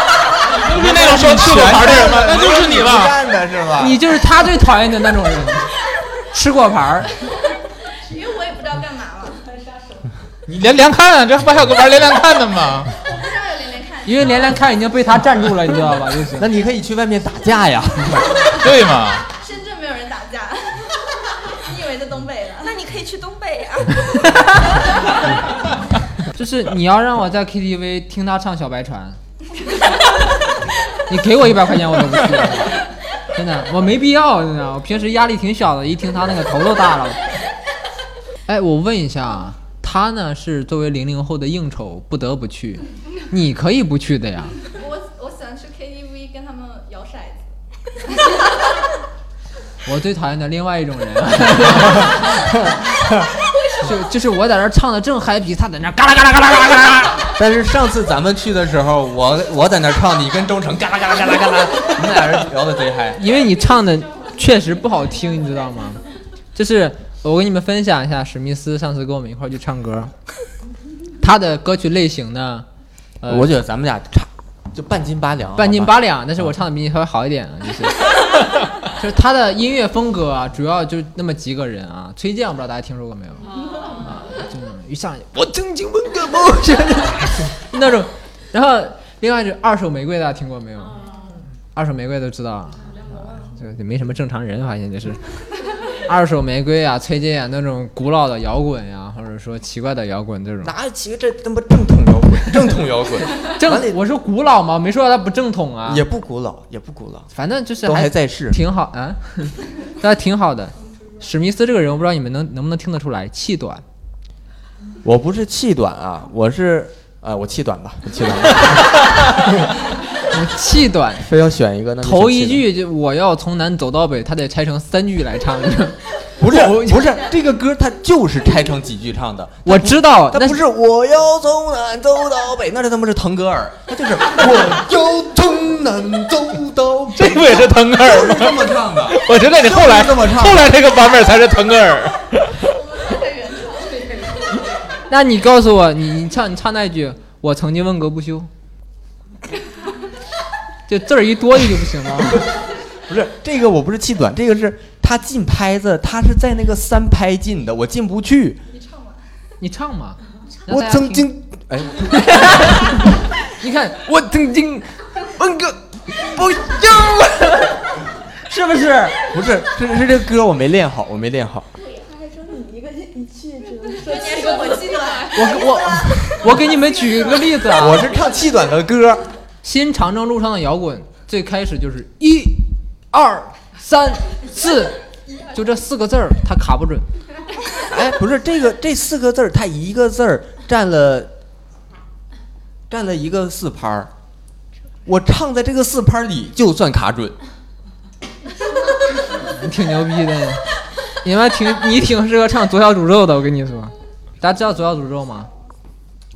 Speaker 3: 是那种说吃果盘的人吗？那就是你
Speaker 2: 不
Speaker 3: 了。
Speaker 2: 干的是吧？
Speaker 1: 你就是他最讨厌的那种人，吃果盘儿。
Speaker 4: 因为我也不知道干嘛嘛，我
Speaker 3: 你连连看啊，这不还有个玩连连看的 吗？
Speaker 4: 不知道有连连看。
Speaker 1: 因为连连看已经被他占住了，你知道吧？就是
Speaker 2: 那你可以去外面打架 呀。
Speaker 3: 对吗？
Speaker 4: 深圳没有人打架，你以为在东北了？
Speaker 6: 那你可以去东北啊。
Speaker 1: 就是你要让我在 KTV 听他唱小白船， 你给我一百块钱我都不去，真的，我没必要，真的，我平时压力挺小的，一听他那个头都大了。哎，我问一下啊，他呢是作为零零后的应酬不得不去，你可以不去的呀。
Speaker 4: 我我喜欢去 KTV 跟他们摇骰子。
Speaker 1: 我最讨厌的另外一种人， 就就是我在那儿唱的正嗨皮，他在那儿嘎啦嘎啦嘎啦嘎啦嘎啦，
Speaker 2: 但是上次咱们去的时候，我我在那儿唱，你跟周成嘎啦嘎啦嘎啦嘎啦，你们俩人聊的贼嗨。
Speaker 1: 因为你唱的确实不好听，你知道吗？就是我跟你们分享一下，史密斯上次跟我们一块儿去唱歌，他的歌曲类型呢，呃，
Speaker 2: 我觉得咱们俩差就半斤八两，
Speaker 1: 半斤
Speaker 2: 好吧
Speaker 1: 八两，但是我唱的比你稍微好一点，啊，就是就是他的音乐风格啊，主要就那么几个人啊，崔健，我不知道大家听说过没有？啊就是一上来我曾经问 个梦，那种，然后另外就是二手玫瑰，大家听过没有？二手玫瑰都知道，啊，
Speaker 2: 嗯
Speaker 1: 就没什么正常人，发现就是二手玫瑰啊、崔健啊那种古老的摇滚呀、或者说奇怪的摇滚这种。
Speaker 2: 哪起这他妈正统摇滚？正统摇 滚
Speaker 1: 正我说古老吗？没说它不正统啊，
Speaker 2: 也不古老，也不古老，
Speaker 1: 反正就是
Speaker 2: 嗯都还在世。
Speaker 1: 挺好啊， 但挺好的。史密斯这个人，我不知道你们能能不能听得出来，气短。
Speaker 2: 我不是气短啊，我是呃，我气短吧，我气短吧。
Speaker 1: 气短。
Speaker 2: 非要选一个，那就
Speaker 1: 头
Speaker 2: 选
Speaker 1: 一
Speaker 2: 气短
Speaker 1: 句就我要从南走到北，他得拆成三句来唱。
Speaker 2: 不
Speaker 1: 我
Speaker 2: 是不是这个歌，它就是拆成几句唱的。
Speaker 1: 我知道，
Speaker 2: 它
Speaker 1: 但
Speaker 2: 不是我要从南走到北，那是他妈是腾格尔，它就是我要从南走到
Speaker 3: 这
Speaker 2: 北，
Speaker 3: 不也是腾格尔 吗？
Speaker 2: 这么唱的。
Speaker 3: 我觉得你后来
Speaker 2: 这么唱
Speaker 3: 后来这个版本才是腾格尔。
Speaker 1: 那你告诉我，你你唱你唱那句，我曾经问个不休，就字儿一多一就不行吗？
Speaker 2: 不是这个，我不是气短，这个是他进拍子，他是在那个三拍进的，我进不去。
Speaker 1: 你唱嘛，让
Speaker 2: 我
Speaker 1: 大家
Speaker 2: 曾
Speaker 1: 听，
Speaker 2: 经，哎，
Speaker 1: 你看
Speaker 2: 我曾经 问个嗯不休， 是不是？不是，是是这个歌我没练好，我没练好。
Speaker 4: 关键是我 记得，
Speaker 1: 我我我给你们举一个例子啊，
Speaker 2: 我是唱气短的歌，
Speaker 1: 新长征路上的摇滚最开始就是一、二、三、四，就这四个字儿，它卡不准。
Speaker 2: 哎，不是这个这四个字儿，它一个字儿占了占了一个四拍儿，我唱在这个四拍儿里就算卡准。
Speaker 1: 你挺牛逼的，你们挺你挺适合唱左小诅咒的，我跟你说，大家知道左小诅咒吗？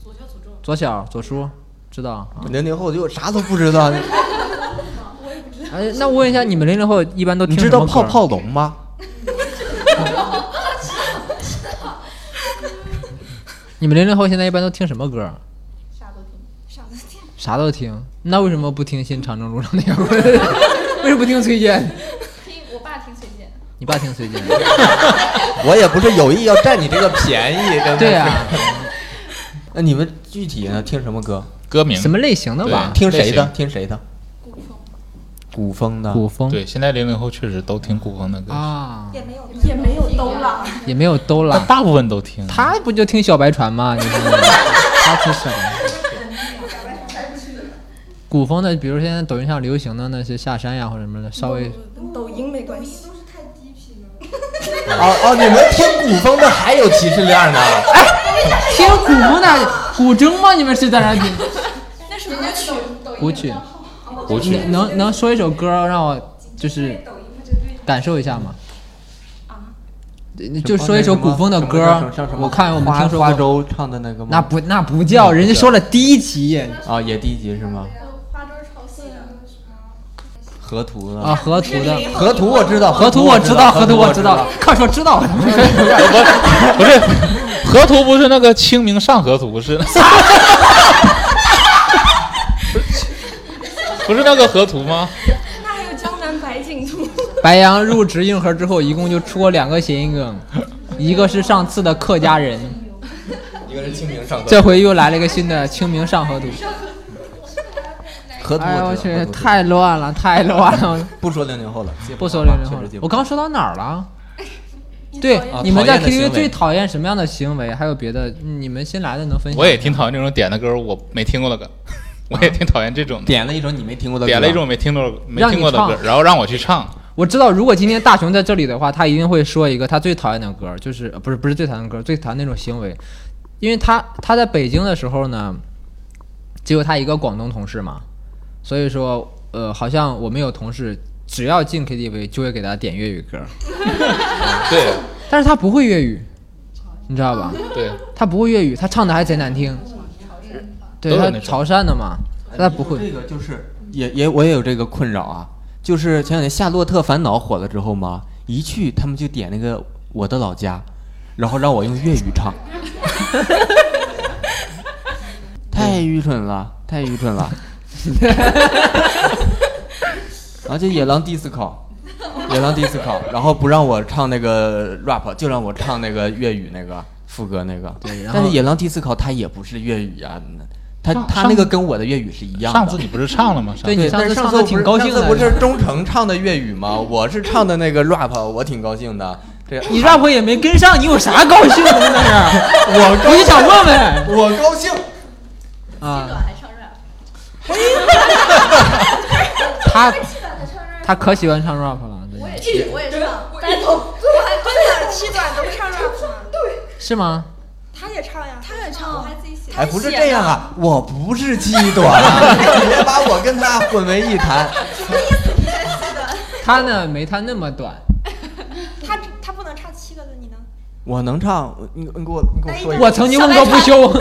Speaker 1: 左小诅咒，左小左叔知道啊。
Speaker 2: 零零后就啥都不知道，
Speaker 1: 哎，那我问一下，你们零零后一般都
Speaker 2: 你
Speaker 1: 听
Speaker 2: 知
Speaker 1: 什么
Speaker 2: 道
Speaker 1: 歌
Speaker 2: 泡泡龙吗？
Speaker 1: 你们零零后现在一般都听什么歌？
Speaker 4: 啥都听。
Speaker 6: 少了点。
Speaker 1: 啥都听，那为什么不听新长征路上那条歌？ 为什么不听崔健？
Speaker 4: 听我爸听崔健，
Speaker 1: 你爸听崔健？
Speaker 3: 啊
Speaker 2: 我也不是有意要占你这个便宜，真的。
Speaker 1: 对啊呀、
Speaker 2: 那你们具体呢？听什么歌？
Speaker 3: 歌名
Speaker 1: 什么类型的吧？
Speaker 2: 听谁
Speaker 3: 类
Speaker 2: 的？
Speaker 3: 型
Speaker 2: 听谁的？
Speaker 4: 古风
Speaker 2: 古风的。
Speaker 1: 古风
Speaker 3: 对，现在零零后确实都听古风的歌，
Speaker 1: 啊，
Speaker 6: 也没有
Speaker 4: 也没有兜了，
Speaker 1: 也没有都
Speaker 3: 但
Speaker 1: 啦。
Speaker 3: 大部分都听。
Speaker 1: 他不就听小白船吗？你说他听什么？古风的，比如现在抖音上流行的那些下山呀或者什么的，稍微
Speaker 4: 跟抖音没关系。
Speaker 2: 哦哦，你们听古风的还有歧视链呢？
Speaker 1: 哎
Speaker 2: 哎
Speaker 1: 听古风的古筝吗？你们是在那听？
Speaker 4: 那是歌曲，抖音
Speaker 1: 古曲
Speaker 3: 古曲
Speaker 1: 能能能说一首歌让我就是感受一下吗？啊就说一首古风的歌，我看我们
Speaker 2: 花
Speaker 1: 听说
Speaker 2: 花
Speaker 1: 过。
Speaker 2: 粥唱的那个吗？
Speaker 1: 那不那不叫，人家说了第一集
Speaker 2: 啊，也第一集是吗？
Speaker 4: 花粥抄袭的。
Speaker 2: 河图的
Speaker 1: 啊，河图的
Speaker 2: 河图我知道，
Speaker 1: 河图我知道，河图我知道，快说知 道。
Speaker 3: 不是河图不是那个《清明上河图》是，不是那个河图吗？
Speaker 4: 那还有江南百景图。
Speaker 1: 白羊入职硬核之后，一共就出过两个谐音梗，一个是上次的客家人，
Speaker 2: 一个是清明上河
Speaker 1: 这回又来了一个新的《清明上河图》。
Speaker 2: 河图
Speaker 1: 哎呦
Speaker 2: 我
Speaker 1: 我
Speaker 2: 知道
Speaker 1: 去，太乱了，太乱了。
Speaker 2: 不说零零后了，接
Speaker 1: 不说
Speaker 2: 上
Speaker 1: 零零后
Speaker 2: 啊确
Speaker 1: 了
Speaker 2: 实接，不
Speaker 1: 我刚
Speaker 2: 上
Speaker 1: 说到哪儿了？对，你们
Speaker 2: 讨
Speaker 1: 在
Speaker 2: 厌的行
Speaker 1: KTV
Speaker 2: 为
Speaker 1: 最讨厌什么样的行为？还有别的，你们新来的能分享？
Speaker 3: 我也挺。讨厌这种点的歌，我没听过的歌，我也挺讨厌这种的。
Speaker 2: 点了一种你没听过的歌，
Speaker 3: 点了一种没听过、没听过的
Speaker 1: 让你
Speaker 3: 歌
Speaker 1: 唱，
Speaker 3: 然后让我去唱，
Speaker 1: 我知道，如果今天大雄在这里的话，他一定会说一个他最讨厌的歌，就是呃不是不是最讨厌的歌，最讨厌那种行为，因为他他在北京的时候呢，只有他一个广东同事嘛，所以说呃，好像我们有同事只要进 KTV 就会给他点粤语歌，
Speaker 3: 对
Speaker 1: 但是他不会粤语，你知道吧？
Speaker 3: 对，
Speaker 1: 他不会粤语，他唱的还贼难听。对
Speaker 3: 都
Speaker 1: 他
Speaker 3: 是那种
Speaker 1: 潮汕的嘛，他不会
Speaker 2: 哎这个就是也也我也有这个困扰啊，就是前两年《夏洛特烦恼》火了之后嘛，一去他们就点那个《我的老家》，然后让我用粤语 唱，太愚蠢了，太愚蠢了。而且野狼 disco，野狼 disco，然后不让我唱那个 rap，就让我唱那个粤语那个副歌那个。
Speaker 1: 对然后
Speaker 2: 但是野狼 disco 它也不是粤语啊，它
Speaker 3: 上
Speaker 2: 它那个跟我的粤语是一样的。
Speaker 3: 上次你不是唱了吗？上
Speaker 1: 对
Speaker 3: 次
Speaker 1: 你
Speaker 2: 对，
Speaker 1: 上
Speaker 2: 但
Speaker 1: 次
Speaker 2: 是
Speaker 1: 唱歌
Speaker 2: 上我不
Speaker 1: 挺
Speaker 2: 是
Speaker 1: 高
Speaker 2: 上
Speaker 1: 兴
Speaker 2: 次
Speaker 1: 的
Speaker 2: 不是忠诚唱的粤语吗？我是唱的那个 rap，我挺高兴的。这
Speaker 1: 你 rap 也没跟上，你有啥高兴的啊那是？
Speaker 2: 我
Speaker 1: 我就想问问
Speaker 2: 我高兴，
Speaker 1: 啊，
Speaker 4: 还唱 rap，
Speaker 1: 他他可喜欢唱 rap 了，
Speaker 4: 我也
Speaker 1: 对
Speaker 4: 是，我也唱，但是
Speaker 6: 真的七短都唱 rap 吗？
Speaker 1: 是吗？
Speaker 6: 他也唱呀，他
Speaker 4: 他也唱，我还自己写。
Speaker 2: 哎，不是这样啊，我不是七短， 别把我跟他混为一谈。
Speaker 1: 他呢没他那么短，
Speaker 6: 他他不能唱七个字，你呢？
Speaker 2: 我能唱，你你给我你给我说一
Speaker 1: 我
Speaker 2: 个。
Speaker 1: 曾经问过不休，
Speaker 2: 我曾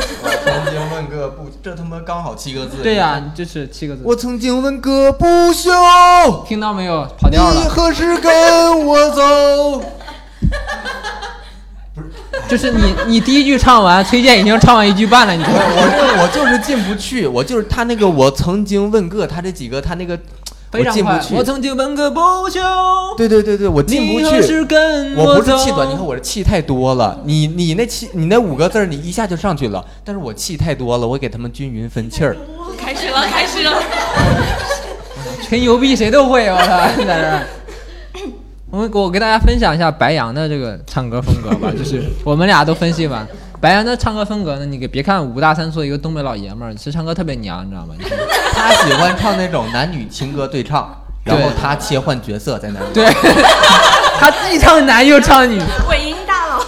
Speaker 2: 经问个不，这他妈刚好七个字。
Speaker 1: 对呀、就是七个字，
Speaker 2: 我曾经问个不休，
Speaker 1: 听到没有？跑
Speaker 2: 你
Speaker 1: 调了，
Speaker 2: 何时跟我走？
Speaker 1: 就是你你第一句唱完，崔健已经唱完一句 半了，你知
Speaker 2: 我
Speaker 1: 道吗
Speaker 2: 我我就是进不去，我就是他那个我曾经问过他这几个他那个我
Speaker 1: 非常
Speaker 2: 进不
Speaker 1: 快。
Speaker 2: 去
Speaker 1: 我，曾经问个不休，
Speaker 2: 对对对对，我进不
Speaker 1: 你何时
Speaker 2: 去。
Speaker 1: 跟
Speaker 2: 我不是
Speaker 1: 走
Speaker 2: 气短，你看我这气太多了。你你那气你那五个字儿你一下就上去了，但是我气太多了，我给他们均匀分气儿。
Speaker 7: 开始 了，开始了。
Speaker 1: 吹牛逼谁都会，我操， 在这儿。我们我给大家分享一下白羊的这个唱歌风格吧，就是我们俩都分析完白羊的唱歌风格呢，你给别看五大三粗的一个东北老爷们儿，其实唱歌特别娘，你知道吗？就是
Speaker 2: 他喜欢唱那种男女情歌对唱，然后
Speaker 1: 对
Speaker 2: 他切换角色在那里。
Speaker 1: 对，他既唱男又唱女，
Speaker 4: 尾音大佬，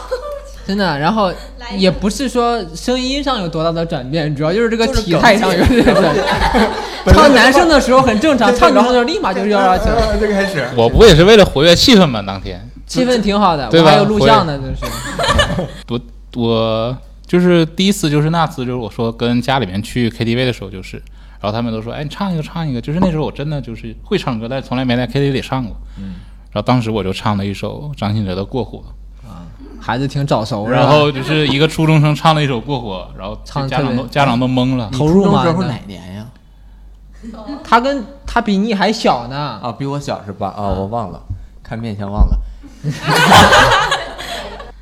Speaker 1: 真的。然后也不是说声音上有多大的转变，主要就是这个体态上有点转变。唱男生的时候很正常，唱女生的时候立马就要要起来，
Speaker 2: 就开始。
Speaker 3: 我不也是为了活跃气氛吗？当天
Speaker 1: 气氛挺好的。
Speaker 3: 对
Speaker 1: 我
Speaker 3: 吧
Speaker 1: 还有录像呢，就是。
Speaker 3: 我我就是第一次，就是那次，就是我说跟家里面去 KTV 的时候，就是，然后他们都说，哎，你唱一个，唱一个。就是那时候我真的就是会唱歌，但是从来没在 KTV 里唱过。嗯。然后当时我就唱了一首张信哲的《过火》。啊。
Speaker 1: 孩子挺早熟的，
Speaker 3: 然后就是一个初中生唱了一首《过火》，然后
Speaker 1: 哦唱得
Speaker 3: 家
Speaker 1: 特
Speaker 3: 长
Speaker 1: 别嗯
Speaker 3: 都家长都懵了。
Speaker 1: 投入嘛
Speaker 2: 你初中时候
Speaker 1: 那
Speaker 2: 哪年呀？
Speaker 1: 他跟他比你还小呢，
Speaker 2: 啊，比我小是吧？啊，我忘了，看面相忘了。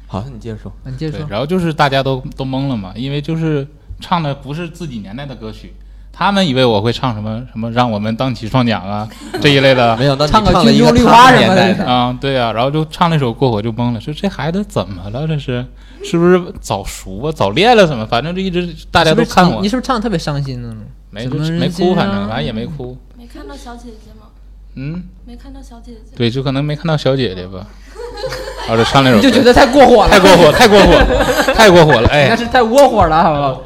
Speaker 2: 好，你接着说。
Speaker 1: 你接着
Speaker 3: 对
Speaker 1: 说，。
Speaker 3: 然后就是大家都都懵了嘛，因为就是唱的不是自己年代的歌曲，他们以为我会唱什么什么“让我们荡起双桨啊”这一类的
Speaker 2: 没。想到你
Speaker 1: 唱个
Speaker 2: 了一
Speaker 1: 军
Speaker 2: 个
Speaker 1: 中绿
Speaker 2: 他
Speaker 1: 花
Speaker 2: 们
Speaker 1: 什么的
Speaker 2: 年代
Speaker 1: 是
Speaker 2: 的。
Speaker 3: 啊、对啊，然后就唱了一首《过火》就懵了，说这孩子怎么了？这是是不是早熟啊？早恋了？怎么？反正就一直大家都
Speaker 1: 是不是
Speaker 3: 看
Speaker 1: 你
Speaker 3: 我
Speaker 1: 你，是不是唱的特别伤心呢？
Speaker 3: 没
Speaker 1: 怎么
Speaker 3: 就是没
Speaker 1: 忍心
Speaker 3: 哭，反
Speaker 1: 啊
Speaker 3: 正反正也没哭。
Speaker 7: 没看到小姐姐吗？
Speaker 3: 嗯，
Speaker 7: 没看到小姐姐。
Speaker 3: 对，就可能没看到小姐姐吧。然后就唱那首歌，
Speaker 1: 就觉得太过火了，
Speaker 3: 哎太过火，太过火，太过火 了！哎，
Speaker 1: 那是太窝火了，好不好？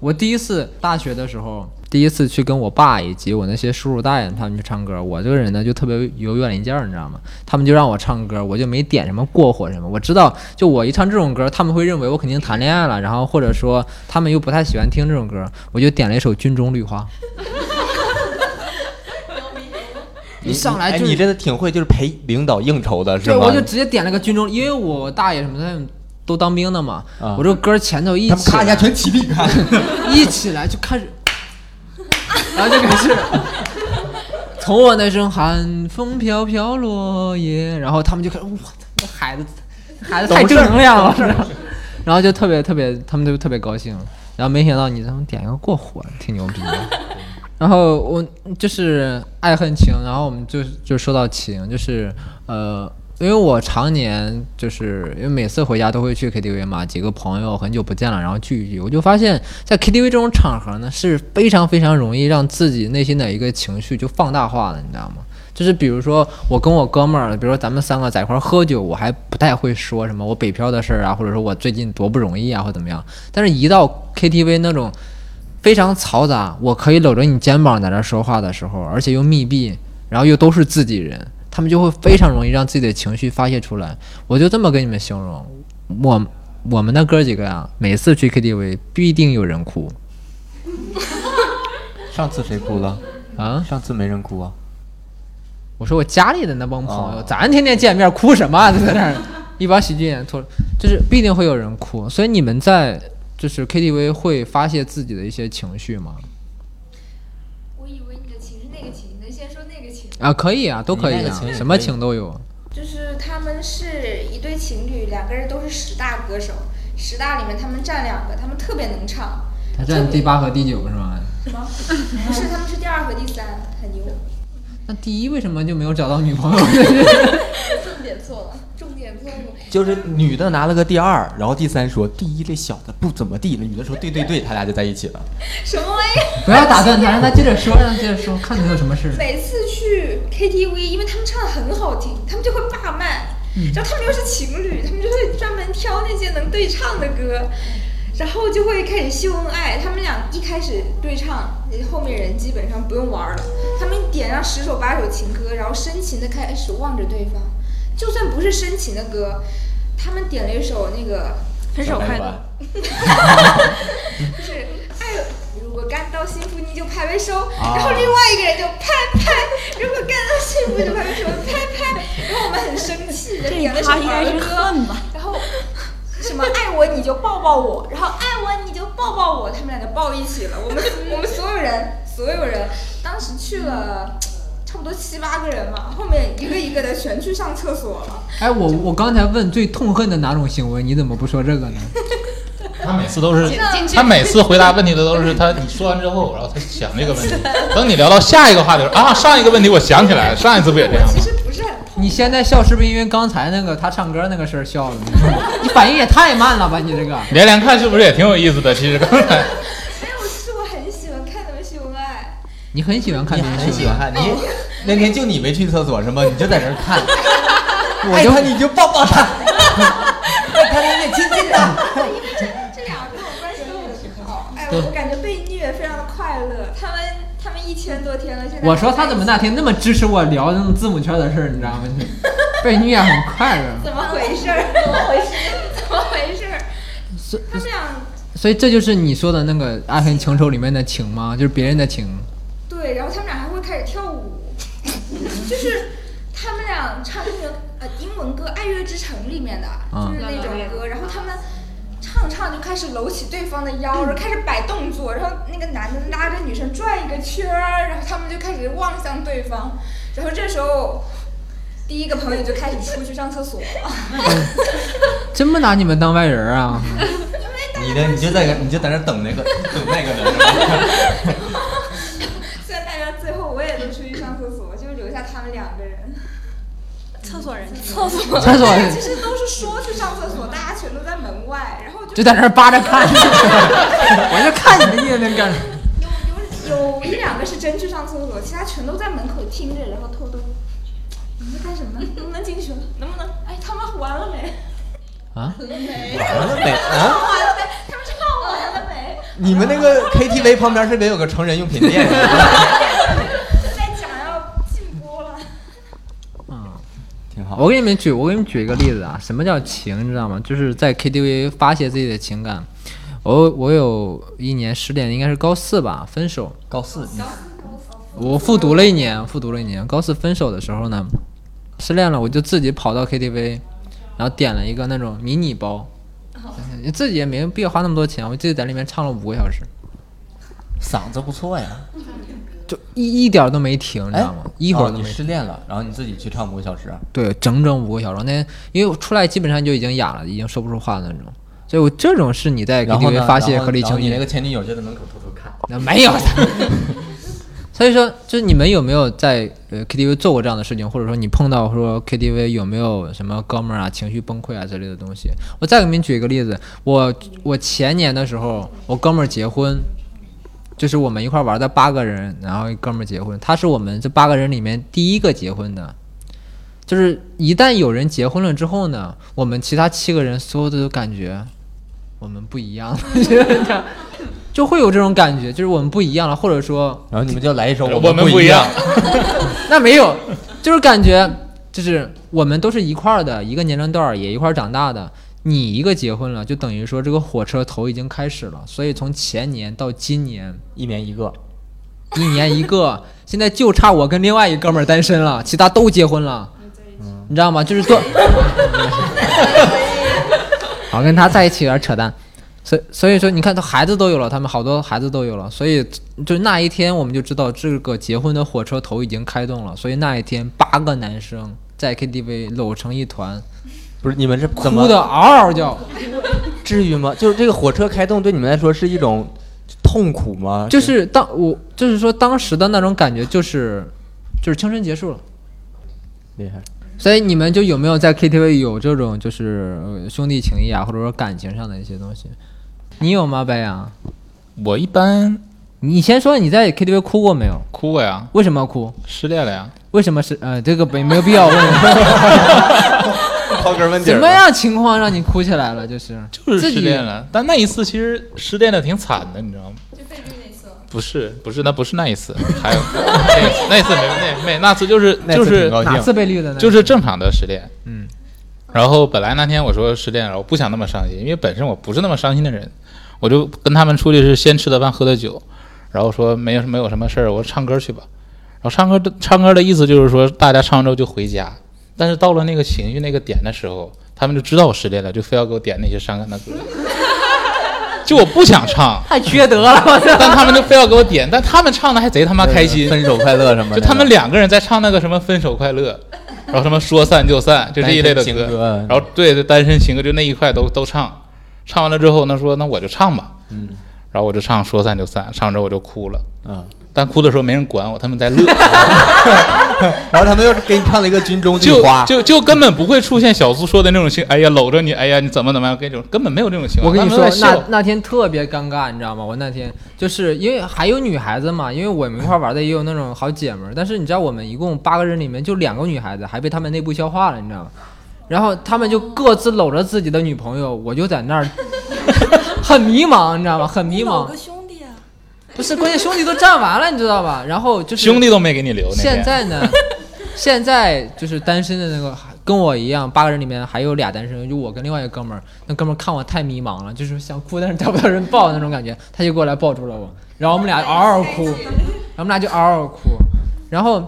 Speaker 1: 我第一次大学的时候，第一次去跟我爸以及我那些叔叔大爷他们去唱歌，我这个人呢就特别有远见儿，你知道吗？他们就让我唱歌，我就没点什么过火什么。我知道，就我一唱这种歌，他们会认为我肯定谈恋爱了，然后或者说他们又不太喜欢听这种歌，我就点了一首《军中绿花》。一上来
Speaker 2: 哎
Speaker 1: 就
Speaker 2: 你这个挺会，就是陪领导应酬的是
Speaker 1: 对，
Speaker 2: 吗？
Speaker 1: 我就直接点了个军中，因为我大爷什么的都当兵的嘛，
Speaker 2: 啊
Speaker 1: 我这歌前头一起来
Speaker 2: 起 立看。
Speaker 1: 一起来就开始，然后就开始，从我那声寒风飘飘落叶，然后他们就开始，我操，这孩子，孩子太正能量了，然后就特别特别，他们就特别高兴，然后没想到你他们点一个过火，挺牛逼的。然后我就是爱恨情，然后我们就就说到情，就是呃，因为我常年就是因为每次回家都会去 KTV 嘛，几个朋友很久不见了，然后聚一聚，我就发现，在 KTV 这种场合呢，是非常非常容易让自己内心的一个情绪就放大化了，你知道吗？就是比如说我跟我哥们儿，比如说咱们三个在一块儿喝酒，我还不太会说什么我北漂的事儿啊，或者说我最近多不容易啊，或怎么样。但是，一到 KTV 那种非常嘈杂，我可以搂着你肩膀在那儿说话的时候，而且又密闭，然后又都是自己人，他们就会非常容易让自己的情绪发泄出来。我就这么跟你们形容，我我们那哥几个呀、每次去 KTV 必定有人哭
Speaker 2: 上次谁哭了？嗯
Speaker 1: 啊！
Speaker 2: 上次没人哭啊。
Speaker 1: 我说我家里的那帮朋友，
Speaker 2: 哦
Speaker 1: 咱天天见面哭什么、啊？就在那儿一帮喜剧演员拖，就是必定会有人哭。所以你们在就是 KTV 会发泄自己的一些情绪吗？
Speaker 8: 我以为你的情是那个情，能先说那个情。
Speaker 1: 啊，可以啊，都可以
Speaker 2: 你那个
Speaker 1: 啊
Speaker 2: 情，也
Speaker 1: 什么
Speaker 2: 可以
Speaker 1: 情都有。
Speaker 8: 就是他们是一对情侣，两个人都是十大歌手，十大里面他们占两个，他们特别能唱。
Speaker 1: 他占第八和第九是吗？
Speaker 7: 嗯
Speaker 8: 不是，他们是第二和第三，很牛。
Speaker 1: 那第一为什么就没有找到女朋友？
Speaker 4: 重点错了。
Speaker 8: 重点错误。
Speaker 2: 就是女的拿了个第二，然后第三说第一这小的不怎么地了。女的说对对对，他俩就在一起了。
Speaker 8: 什么玩意儿？
Speaker 1: 不要打断他，让他接着说，让他接着说，看他有什么事。
Speaker 8: 每次去 KTV，因为他们唱的很好听，他们就会霸麦。
Speaker 2: 嗯
Speaker 8: 然后他们又是情侣，他们就会专门挑那些能对唱的歌，然后就会开始秀恩爱。他们俩一开始对唱，后面人基本上不用玩了。他们点上十首八首情歌，然后深情的开始望着对方。就算不是深情的歌，他们点了一首那个
Speaker 6: 分手快乐。
Speaker 8: 就是哎呦，如果感到幸福你就拍拍手，然后另外一个人就拍拍，如果感到幸福就拍拍手，拍拍，然后我们很生气，就点了首儿歌，
Speaker 7: 吧？
Speaker 8: 然后什么爱我你就抱抱我，然后爱我你就抱抱我，他们俩就抱一起了，我们我们所有人所有人当时去了。差不多七八个人嘛，后面一个一个的全去上厕所了。
Speaker 1: 哎，我我刚才问最痛恨的哪种行为，你怎么不说这个呢？
Speaker 3: 他每次都是
Speaker 7: 进，去
Speaker 3: 他每次回答问题的都是他，你说完之后，然后他想这个问题，等你聊到下一个话题的时候啊，上一个问题我想起来了，上一次不也这样
Speaker 8: 其
Speaker 3: 吗？
Speaker 8: 实不是很
Speaker 1: 你现在笑是不是因为刚才那个他唱歌那个事儿笑了？你反应也太慢了吧，你这个。
Speaker 3: 连连看是不是也挺有意思的？其实刚才
Speaker 8: 没有，其实我很喜欢看他们秀恩爱。
Speaker 1: 你很喜欢看
Speaker 2: 你
Speaker 1: 别人
Speaker 2: 很
Speaker 1: 秀
Speaker 2: 喜欢
Speaker 1: 恩爱，
Speaker 2: 看你
Speaker 8: 哦
Speaker 2: 那天就你没去厕所是吗？你就在那儿 看，
Speaker 1: 我就
Speaker 2: 爱他你就抱抱他，爱他你也亲亲他。
Speaker 8: 这两个跟我关系都很好，哎，我感觉被虐非常的快乐。他们他们一千多天了，现在
Speaker 1: 我说他怎么那天那么支持我聊那种字母圈的事儿，你知道吗？你被虐很快乐。
Speaker 8: 怎么回事儿？怎么回事？怎么回事儿？
Speaker 1: 所
Speaker 8: 他们俩
Speaker 1: 所以这就是你说的那个《爱恨情仇》里面的情吗？就是别人的情。
Speaker 8: 对，然后他们俩还会开始跳舞，就是。他们俩唱英文呃英文歌《爱乐之城》里面的，
Speaker 1: 嗯
Speaker 8: 就是那种歌，然后他们。唱着唱就开始搂起对方的腰，然后开始摆动作，然后那个男的拉着女生转一个圈儿，然后他们就开始望向对方，然后这时候第一个朋友就开始出去上厕所，
Speaker 1: 真不拿你们当外人啊！
Speaker 2: 你的你就在你就在那等那个等那个人，
Speaker 8: 虽然大家最后我也都出去上厕所，就留下他们两个 人。
Speaker 6: 厕所人，
Speaker 8: 厕所
Speaker 1: 厕所
Speaker 8: 其实都是说去上厕所，大家全都在门外，然后就
Speaker 1: 就在那儿扒着看， 我就看你们一能干啥。
Speaker 8: 有有有一两个是真去上厕所，其他全都在门口听着，然后偷偷。你们在干什么？能不能进去了？能不能？哎，他们完了没？
Speaker 1: 啊？
Speaker 2: 完了没啊？
Speaker 8: 完了没？他们唱完了没？
Speaker 2: 你们那个 KTV 旁边是不是有个成人用品店？
Speaker 8: 在讲要禁播了。
Speaker 1: 嗯，
Speaker 2: 挺好。
Speaker 1: 我给你们举，我给你们举一个例子啊，什么叫情，你知道吗？就是在 KTV 发泄自己的情感。我我有一年失恋，应该是高四吧，分手。
Speaker 2: 高四，你
Speaker 1: 我复读了一年，复读了一年。高四分手的时候呢，失恋了，我就自己跑到 KTV，然后点了一个那种迷你包，自己也没必要花那么多钱，我自己在里面唱了五个小时，
Speaker 2: 嗓子不错呀。
Speaker 1: 就一一点儿都没停，你知
Speaker 2: 哎
Speaker 1: 道吗？一会儿
Speaker 2: 哦
Speaker 1: 都
Speaker 2: 你
Speaker 1: 没
Speaker 2: 失恋了，然后你自己去唱五个小时，啊
Speaker 1: 对，整整五个小时。那因为我出来基本上就已经哑了，已经说不出话的那种。所以我这种是你在
Speaker 2: 然后呢
Speaker 1: KTV 发泄
Speaker 2: 然后
Speaker 1: 合理
Speaker 2: 然后
Speaker 1: 情
Speaker 2: 你那
Speaker 1: 绪
Speaker 2: 个，前女友就在门口偷偷看。
Speaker 1: 那没有的。所以说，就是你们有没有在呃 KTV 做过这样的事情，或者说你碰到说 KTV 有没有什么哥们儿啊情绪崩溃啊之类的东西？我再给你们举一个例子，我我前年的时候，我哥们儿结婚，就是我们一块儿玩的八个人，然后一哥们儿结婚，他是我们这八个人里面第一个结婚的，就是一旦有人结婚了之后呢，我们其他七个人所有的都感觉我们不一样了，就会有这种感觉，就是我们不一样了，或者说
Speaker 2: 然后你们就来一首
Speaker 3: 我
Speaker 2: 们
Speaker 3: 们不
Speaker 2: 一
Speaker 3: 一样，
Speaker 1: 那没有，就是感觉就是我们都是一块儿的，一个年龄段儿也一块儿长大的。你一个结婚了，就等于说这个火车头已经开始了，所以从前年到今年，
Speaker 2: 一年一个，
Speaker 1: 一年一个，现在就差我跟另外一哥们儿单身了，其他都结婚了，你知道吗？就是做，好跟他在一起有点扯淡，所以所以说你看，他孩子都有了，他们好多孩子都有了，所以就那一天我们就知道这个结婚的火车头已经开动了，所以那一天八个男生在 KTV 搂成一团，
Speaker 2: 不是你们是怎
Speaker 1: 哭
Speaker 2: 么
Speaker 1: 的嗷嗷叫，
Speaker 2: 至于吗？就是这个火车开动对你们来说是一种痛苦吗？
Speaker 1: 就是当我就是说当时的那种感觉就是就是青春结束了。
Speaker 2: 厉害，
Speaker 1: 所以你们就有没有在 KTV 有这种就是呃兄弟情谊啊，或者说感情上的一些东西？你有吗，白羊？
Speaker 3: 我一般
Speaker 1: 你先说你在 KTV 哭过没有？
Speaker 3: 哭过呀，
Speaker 1: 为什么要哭？
Speaker 3: 失恋了呀，
Speaker 1: 为什么是呃这个没没有必要问？
Speaker 2: 刨根问
Speaker 1: 什么样情况让你哭起来了？就是
Speaker 3: 就是
Speaker 1: 自
Speaker 3: 失
Speaker 1: 己
Speaker 3: 恋了。但那一次其实失恋的挺惨的，你知道吗？
Speaker 4: 就被绿那次了。
Speaker 3: 不是，不是，那不是那一次，还有 那那一次没那没那次就是就
Speaker 2: 挺
Speaker 3: 是
Speaker 2: 高
Speaker 1: 哪
Speaker 2: 兴。
Speaker 1: 次被绿的呢？
Speaker 3: 就是正常的失恋。
Speaker 1: 嗯。
Speaker 3: 然后本来那天我说失恋了，我不想那么伤心，因为本身我不是那么伤心的人，我就跟他们出去是先吃的饭，喝的酒，然后说没有没有什么事儿，我唱歌去吧。然后唱歌的唱歌的意思就是说大家唱完之后就回家，但是到了那个情绪那个点的时候，他们就知道我失恋了，就非要给我点那些伤感的歌， 就我不想唱，
Speaker 1: 太缺德了！我操！
Speaker 3: 但他们就非要给我点，但他们唱的还贼他妈开心，
Speaker 2: 分手快乐什么的，
Speaker 3: 就他们两个人在唱那个什么《分手快乐》，然后什么说散就散，就这一类
Speaker 2: 单
Speaker 3: 的
Speaker 2: 身情歌
Speaker 3: 然后对对单身情歌就那一块都都唱，唱完了之后呢说那我就唱吧，
Speaker 2: 嗯，
Speaker 3: 然后我就唱说散就散，唱完之后我就哭了，
Speaker 2: 嗯，
Speaker 3: 但哭的时候没人管我，他们在乐，
Speaker 2: 然后他们又给你唱了一个《军中绿
Speaker 3: 就
Speaker 2: 花》，
Speaker 3: 就就根本不会出现小苏说的那种情，哎呀搂着你，哎呀你怎么怎么样，跟这种根本没有这种情况，
Speaker 1: 我跟你
Speaker 3: 他
Speaker 1: 说
Speaker 3: 们，在
Speaker 1: 那
Speaker 3: 笑
Speaker 1: 那天特别尴尬，你知道吗？我那天就是因为还有女孩子嘛，因为我们一块玩的也有那种好姐们儿，但是你知道我们一共八个人里面就两个女孩子，还被他们内部消化了，你知道吗？然后他们就各自搂着自己的女朋友，我就在那儿 很迷茫，你知道吗？很迷
Speaker 7: 某
Speaker 1: 茫
Speaker 7: 个。兄弟啊，
Speaker 1: 不是，关键兄弟都站完了，你知道吧？然后就是
Speaker 3: 兄弟都没给你留那天
Speaker 1: 现在 呢，现在就是单身的那个，跟我一样，八个人里面还有俩单身，就我跟另外一个哥们儿。那哥们儿看我太迷茫了，就是想哭，但是找不到人抱那种感觉， 他就过来抱住了我，然后我们俩嗷嗷哭，然后我们俩就嗷嗷哭，然后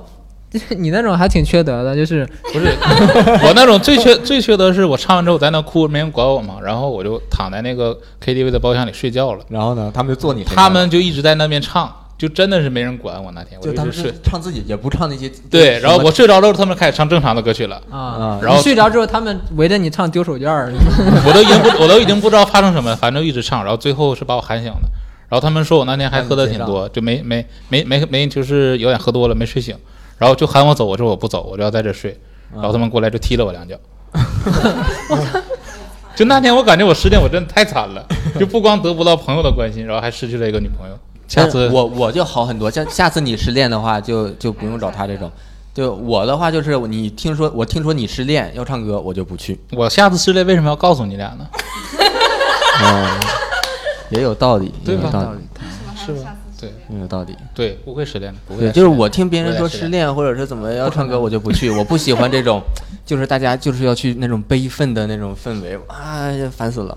Speaker 1: 你那种还挺缺德的，就是
Speaker 3: 不是我那种最缺最缺德是我唱完之后在那哭，没人管我嘛，然后我就躺在那个 KTV 的包厢里睡觉了，
Speaker 2: 然后呢，他们就坐你身上
Speaker 3: 他们就一直在那边唱，就真的是没人管我那天，我
Speaker 2: 就他
Speaker 3: 一
Speaker 2: 们
Speaker 3: 直睡
Speaker 2: 是。唱自己，也不唱那些
Speaker 3: 对，然后我睡着之后，他们开始唱正常的歌曲了，
Speaker 1: 啊，
Speaker 3: 然后
Speaker 1: 你睡着之后，他们围着你唱丢手绢儿，
Speaker 3: 我都已经不我都已经不知道发生什么了，反正一直唱，然后最后是把我喊醒的。然后他们说我那天还喝的挺多，就没没没没没就是有点喝多了没睡醒，然后就喊我走，我说我不走，我就要在这睡。
Speaker 2: 嗯
Speaker 3: 然后他们过来就踢了我两脚。 就那天我感觉我失恋，我真的太惨了，就不光得不到朋友的关心，然后还失去了一个女朋友。下次
Speaker 2: 我我就好很多，像下次你失恋的话，就就不用找他这种。就我的话，就是你听说我听说你失恋要唱歌，我就不去。
Speaker 3: 我下次失恋为什么要告诉你俩呢？
Speaker 2: 嗯， 也有道理，也
Speaker 3: 对
Speaker 2: 有
Speaker 3: 吧
Speaker 2: 道理，
Speaker 3: 是吧？对
Speaker 2: 也有道理。
Speaker 3: 对，不会失恋的，不会
Speaker 2: 对，
Speaker 3: 再
Speaker 2: 就是
Speaker 3: 失恋
Speaker 2: 我听别人
Speaker 3: 不
Speaker 2: 说
Speaker 3: 会再
Speaker 2: 失恋或者是怎么要唱歌，我就不去，我不喜欢这种，就是大家就是要去那种悲愤的那种氛围，啊，烦死了。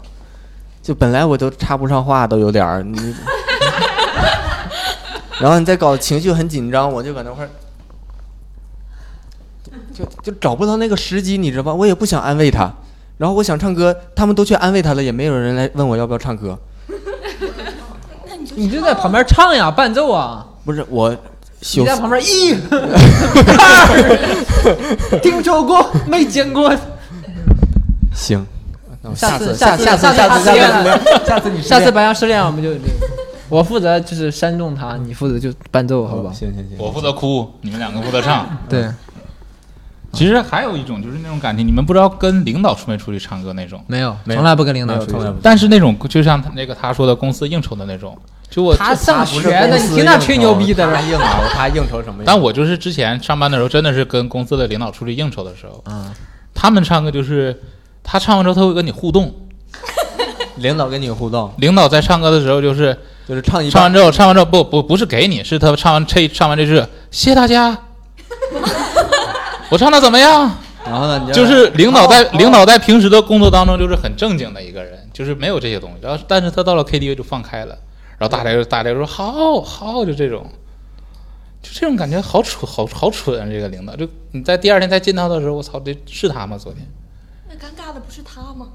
Speaker 2: 就本来我都插不上话，都有点儿你， 然后你再搞情绪很紧张，我就搁那块儿，就就找不到那个时机，你知道吧？我也不想安慰他，然后我想唱歌，他们都去安慰他了，也没有人来问我要不要唱歌。
Speaker 1: 你就在旁边唱呀，伴奏啊，
Speaker 2: 不是我羞
Speaker 1: 你在
Speaker 2: 涩，
Speaker 1: 旁边 一二， 听说过没见过，
Speaker 2: 行，那我
Speaker 1: 下次
Speaker 2: 次
Speaker 1: 下
Speaker 2: 下
Speaker 1: 次
Speaker 2: 下
Speaker 1: 下次他
Speaker 2: 下次
Speaker 1: 失恋
Speaker 2: 下次
Speaker 1: 了
Speaker 2: 不要下次你失
Speaker 1: 下次
Speaker 2: 恋
Speaker 1: 白羊失恋我们就，我负责就是煽动他，你负责就伴奏，好吧？
Speaker 2: 行行行，
Speaker 3: 我负责哭，你们两个负责唱。
Speaker 1: 对，
Speaker 3: 其实还有一种就是那种感情，你们不知道跟领导出没出去唱歌那种，
Speaker 1: 没有，
Speaker 2: 没有
Speaker 1: 从来不跟领导
Speaker 2: 没有
Speaker 1: 说
Speaker 2: 从来。不
Speaker 3: 但是那种就像他那个他说的公司应酬的那种，就我，
Speaker 1: 他上学呢，你听他吹牛逼的
Speaker 2: 他
Speaker 1: 了。
Speaker 2: 硬啊，我怕应酬什么呀？
Speaker 3: 但我就是之前上班的时候，真的是跟公司的领导出去应酬的时候，
Speaker 1: 嗯，
Speaker 3: 他们唱歌就是他唱完之后他会跟你互动，
Speaker 2: 领导跟你互动，
Speaker 3: 领导在唱歌的时候就是
Speaker 2: 就是唱一
Speaker 3: 唱完
Speaker 2: 半，
Speaker 3: 之后唱完之后不不不是给你，是他唱完这唱完这是谢谢大 家，我唱的怎么样？
Speaker 2: 然后呢，你
Speaker 1: 哦
Speaker 3: 就是领导在领导在平时的工作当中就是很正经的一个人，就是没有这些东西。然后，但是他到了 KTV 就放开了，然后大家就大家就说好好，就这种，就这种感觉好蠢，好好蠢啊！这个领导，就你在第二天再见到的时候，我操，这是他吗？昨天，
Speaker 7: 那尴尬的不是他吗？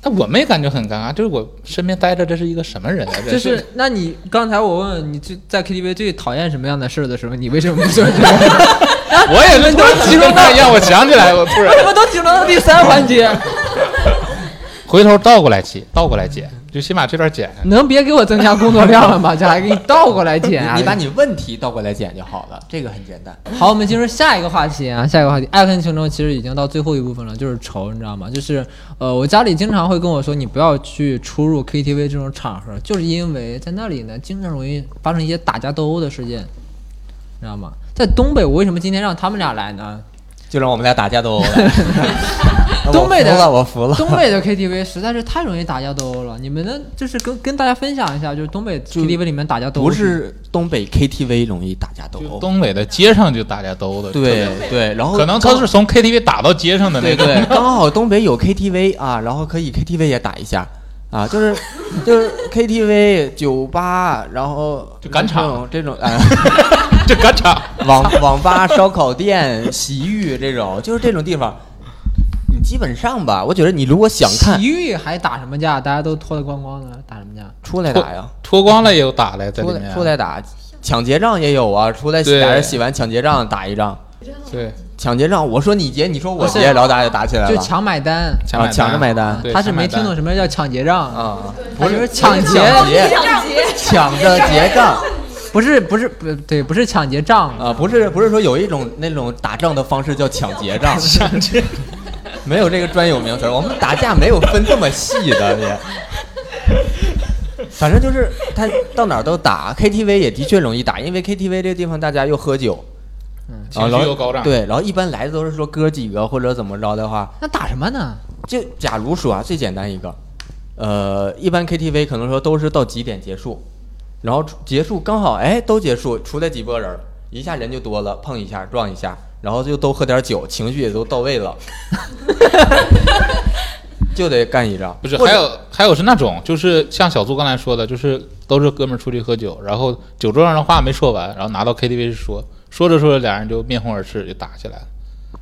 Speaker 3: 但我没感觉很尴尬，就是我身边待着这是一个什么人啊？
Speaker 1: 就
Speaker 3: 这
Speaker 1: 是，那你刚才我问你最在 KTV 最讨厌什么样的事儿的时候，你为什么不说这个？
Speaker 3: 我 也是突然
Speaker 1: 其中
Speaker 3: 跟他一样，我想起来，我突然
Speaker 1: 为什么都集中到第三环节？
Speaker 3: 回头倒过来切，倒过来剪，就先把这段剪上。
Speaker 1: 能别给我增加工作量了吗？这还给你倒过来剪、啊
Speaker 2: 你把你问题倒过来剪就好了，这个很简单。
Speaker 1: 好，我们进入下一个话题啊，下一个话题，爱恨情仇其实已经到最后一部分了，就是仇，你知道吗？就是呃，我家里经常会跟我说，你不要去出入 KTV 这种场合，就是因为在那里呢，经常容易发生一些打架斗殴的事件，你知道吗？在东北，我为什么今天让他们俩来呢？。
Speaker 2: 就让我们俩打架斗殴吧
Speaker 1: 东北的
Speaker 2: 我服了，我服
Speaker 1: 东
Speaker 2: 了。
Speaker 1: 北的 KTV 实在是太容易打架斗殴了，你们呢，就是跟跟大家分享一下，就是东北 KTV 里面打架斗殴，
Speaker 2: 不是东北 KTV 容易打架斗
Speaker 3: 就
Speaker 2: 殴，
Speaker 3: 东北的街上就大家兜的，
Speaker 2: 对对，然后
Speaker 3: 可能他是从 KTV 打到街上的那
Speaker 2: 哦对
Speaker 3: 种。
Speaker 2: 对，刚好东北有 KTV 啊，然后可以 KTV 也打一下啊，就是就是 KTV 酒吧，然后
Speaker 3: 就赶场
Speaker 2: 这种这种啊。
Speaker 3: 这赶场，
Speaker 2: 网网吧、烧烤店、洗浴这种，就是这种地方，你基本上吧，我觉得你如果想看
Speaker 1: 体育还打什么架？大家都脱得光光的，打什么架？
Speaker 2: 出来打呀，
Speaker 3: 脱光了也有打嘞，在
Speaker 2: 出
Speaker 3: 里
Speaker 2: 来
Speaker 3: 面。
Speaker 2: 出来打，抢劫仗也有啊，出来
Speaker 3: 对
Speaker 2: 俩人洗完抢劫仗打一仗，
Speaker 3: 对，
Speaker 2: 抢劫仗我说你劫，你说我
Speaker 1: 不是
Speaker 2: 劫，然后大家就打起来
Speaker 1: 就
Speaker 2: 了，
Speaker 1: 抢买单。
Speaker 3: 抢
Speaker 2: 啊抢着买单
Speaker 3: 对
Speaker 1: 他是没听懂
Speaker 3: 抢买单
Speaker 1: 什么叫抢劫账，
Speaker 2: 啊，
Speaker 1: 不是抢劫，
Speaker 2: 抢劫
Speaker 4: 哦
Speaker 8: 仗节
Speaker 2: 抢着结账
Speaker 1: 不是不是不对，不是抢劫账，
Speaker 2: 啊，不是不是说有一种那种打仗的方式叫抢劫仗，
Speaker 3: 抢劫。
Speaker 2: 没有这个专有名词儿，我们打架没有分这么细的也。反正就是他到哪儿都打，KTV 也的确容易打，因为 KTV 这个地方大家又喝酒，
Speaker 3: 嗯情
Speaker 2: 啊
Speaker 3: 绪
Speaker 2: 然后
Speaker 3: 又高涨
Speaker 2: 对，然后一般来的都是说哥几个或者怎么着的话，
Speaker 1: 那打什么呢？
Speaker 2: 就假如说啊，最简单一个，呃，一般 KTV 可能说都是到几点结束，然后出结束刚好哎都结束，出来几波人儿，一下人就多了，碰一下撞一下，然后就都喝点酒，情绪也都到位了， 就得干一仗。
Speaker 3: 不是，
Speaker 2: 或者
Speaker 3: 还有还有是那种，就是像小苏刚才说的，就是都是哥们儿出去喝酒，然后酒桌上的话没说完，然后拿到 KTV 说，说着说着俩人就面红耳赤，就打起来了。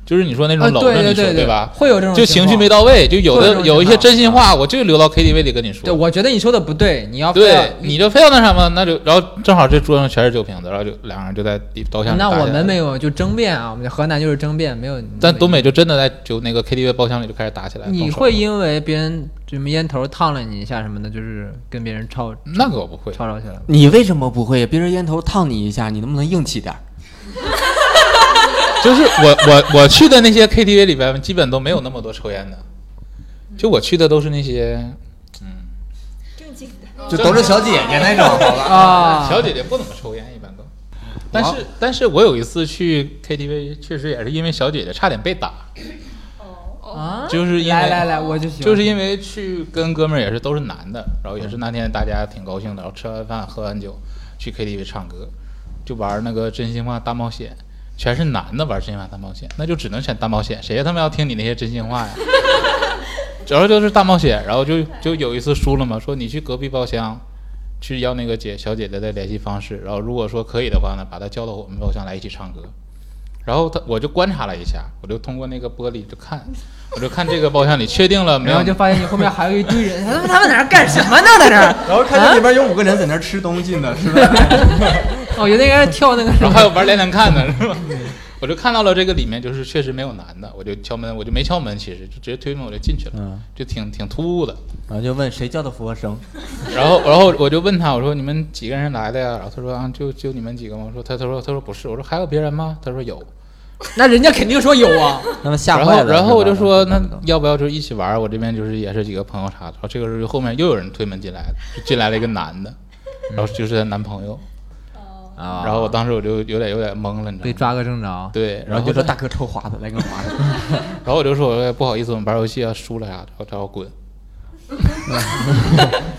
Speaker 3: 就是你说那种
Speaker 1: 啊
Speaker 3: 搂着
Speaker 1: 对
Speaker 3: 你说、
Speaker 1: 对对对
Speaker 3: 吧？
Speaker 1: 会有这种
Speaker 3: 就
Speaker 1: 情
Speaker 3: 情绪
Speaker 1: 况
Speaker 3: 没到位，就有
Speaker 1: 会有这
Speaker 3: 的
Speaker 1: 种
Speaker 3: 有
Speaker 1: 情
Speaker 3: 一些
Speaker 1: 况
Speaker 3: 真心话，我就留到 KTV 里跟你说
Speaker 1: 对，。我觉得你说的不对，你要哦非要
Speaker 3: 对，你就非要那什么，那就然后正好这桌上全是酒瓶子，然后就两人就在地包厢里
Speaker 1: 那
Speaker 3: 打起
Speaker 1: 我
Speaker 3: 来
Speaker 1: 们
Speaker 3: 了
Speaker 1: 没有就争辩啊，我们河南就是争辩，没有。
Speaker 3: 但东北就真的在就那个 KTV 包厢里就开始打起来。
Speaker 1: 你
Speaker 3: 动手
Speaker 1: 会
Speaker 3: 了
Speaker 1: 因为别人什么烟头烫了你一下什么的，就是跟别人吵
Speaker 3: 那个我不会，
Speaker 1: 吵吵起来吗？
Speaker 2: 你为什么不会？别人烟头烫你一下，你能不能硬气点儿？
Speaker 3: 就是我我我去的那些 KTV 里边，基本都没有那么多抽烟的。就我去的都是那些
Speaker 6: 正经的。
Speaker 2: 就都是小姐姐那种，好吧？
Speaker 1: 啊，
Speaker 3: 小姐姐不怎么抽烟，一般都。但是但是我有一次去 KTV，确实也是因为小姐姐差点被打，
Speaker 4: 哦
Speaker 1: 啊，
Speaker 3: 就是因为
Speaker 1: 来来来，我就喜欢
Speaker 3: 就是因为去跟哥们儿也是都是男的，然后也是那天大家挺高兴的，然后吃完饭喝完酒去 KTV 唱歌，就玩那个真心话大冒险，全是男的玩真心话大冒险，那就只能选大冒险，谁他妈要听你那些真心话呀？然后就是大冒险，然后就就有一次输了嘛，说你去隔壁包厢去要那个姐小姐姐的联系方式，然后如果说可以的话呢，把她叫到我们包厢来一起唱歌。然后他我就观察了一下，我就通过那个玻璃就看，我就看这个包厢里确定了没
Speaker 1: 然
Speaker 3: 有
Speaker 1: 后就发现你后面还有一堆人，他们他们在那儿干什么呢？在这儿，
Speaker 2: 然后看见里边有五个人在那儿吃东西呢，是吧？
Speaker 1: 我哦觉得应该是跳那个什
Speaker 3: 然后
Speaker 1: 么
Speaker 3: 还有玩连连看的，是吧？我就看到了这个里面就是确实没有男的，我就敲门，我就没敲门，其实就直接推门我就进去了，
Speaker 2: 嗯
Speaker 3: 就挺挺突兀的。
Speaker 2: 然后就问谁叫的服务生？
Speaker 3: 然后然后我就问他，我说你们几个人来的呀？然后他说啊，就就你们几个吗？我说他他说他说不是，我说还有别人吗？他说有。
Speaker 1: 那人家肯定说有啊，
Speaker 2: 他们吓
Speaker 3: 然
Speaker 2: 坏
Speaker 3: 后
Speaker 2: 了。
Speaker 3: 然后我就说
Speaker 2: 是吧
Speaker 3: 那要不要就一起玩儿？我这边就是也是几个朋友啥的。然后这个时候后面又有人推门进来了，就进来了一个男的，然后就是她男朋友。
Speaker 4: 哦
Speaker 2: 啊，
Speaker 3: 然后我当时我就有点有点懵了，你
Speaker 1: 被
Speaker 3: 知道
Speaker 1: 抓
Speaker 3: 吗？
Speaker 1: 个正着。
Speaker 3: 对，然
Speaker 2: 然
Speaker 3: 后
Speaker 2: 后就
Speaker 3: 就
Speaker 2: 说大哥抽花的，来根花的。
Speaker 3: 然后我就说，我说不好意思，我们玩游戏啊，输了呀，然后我滚。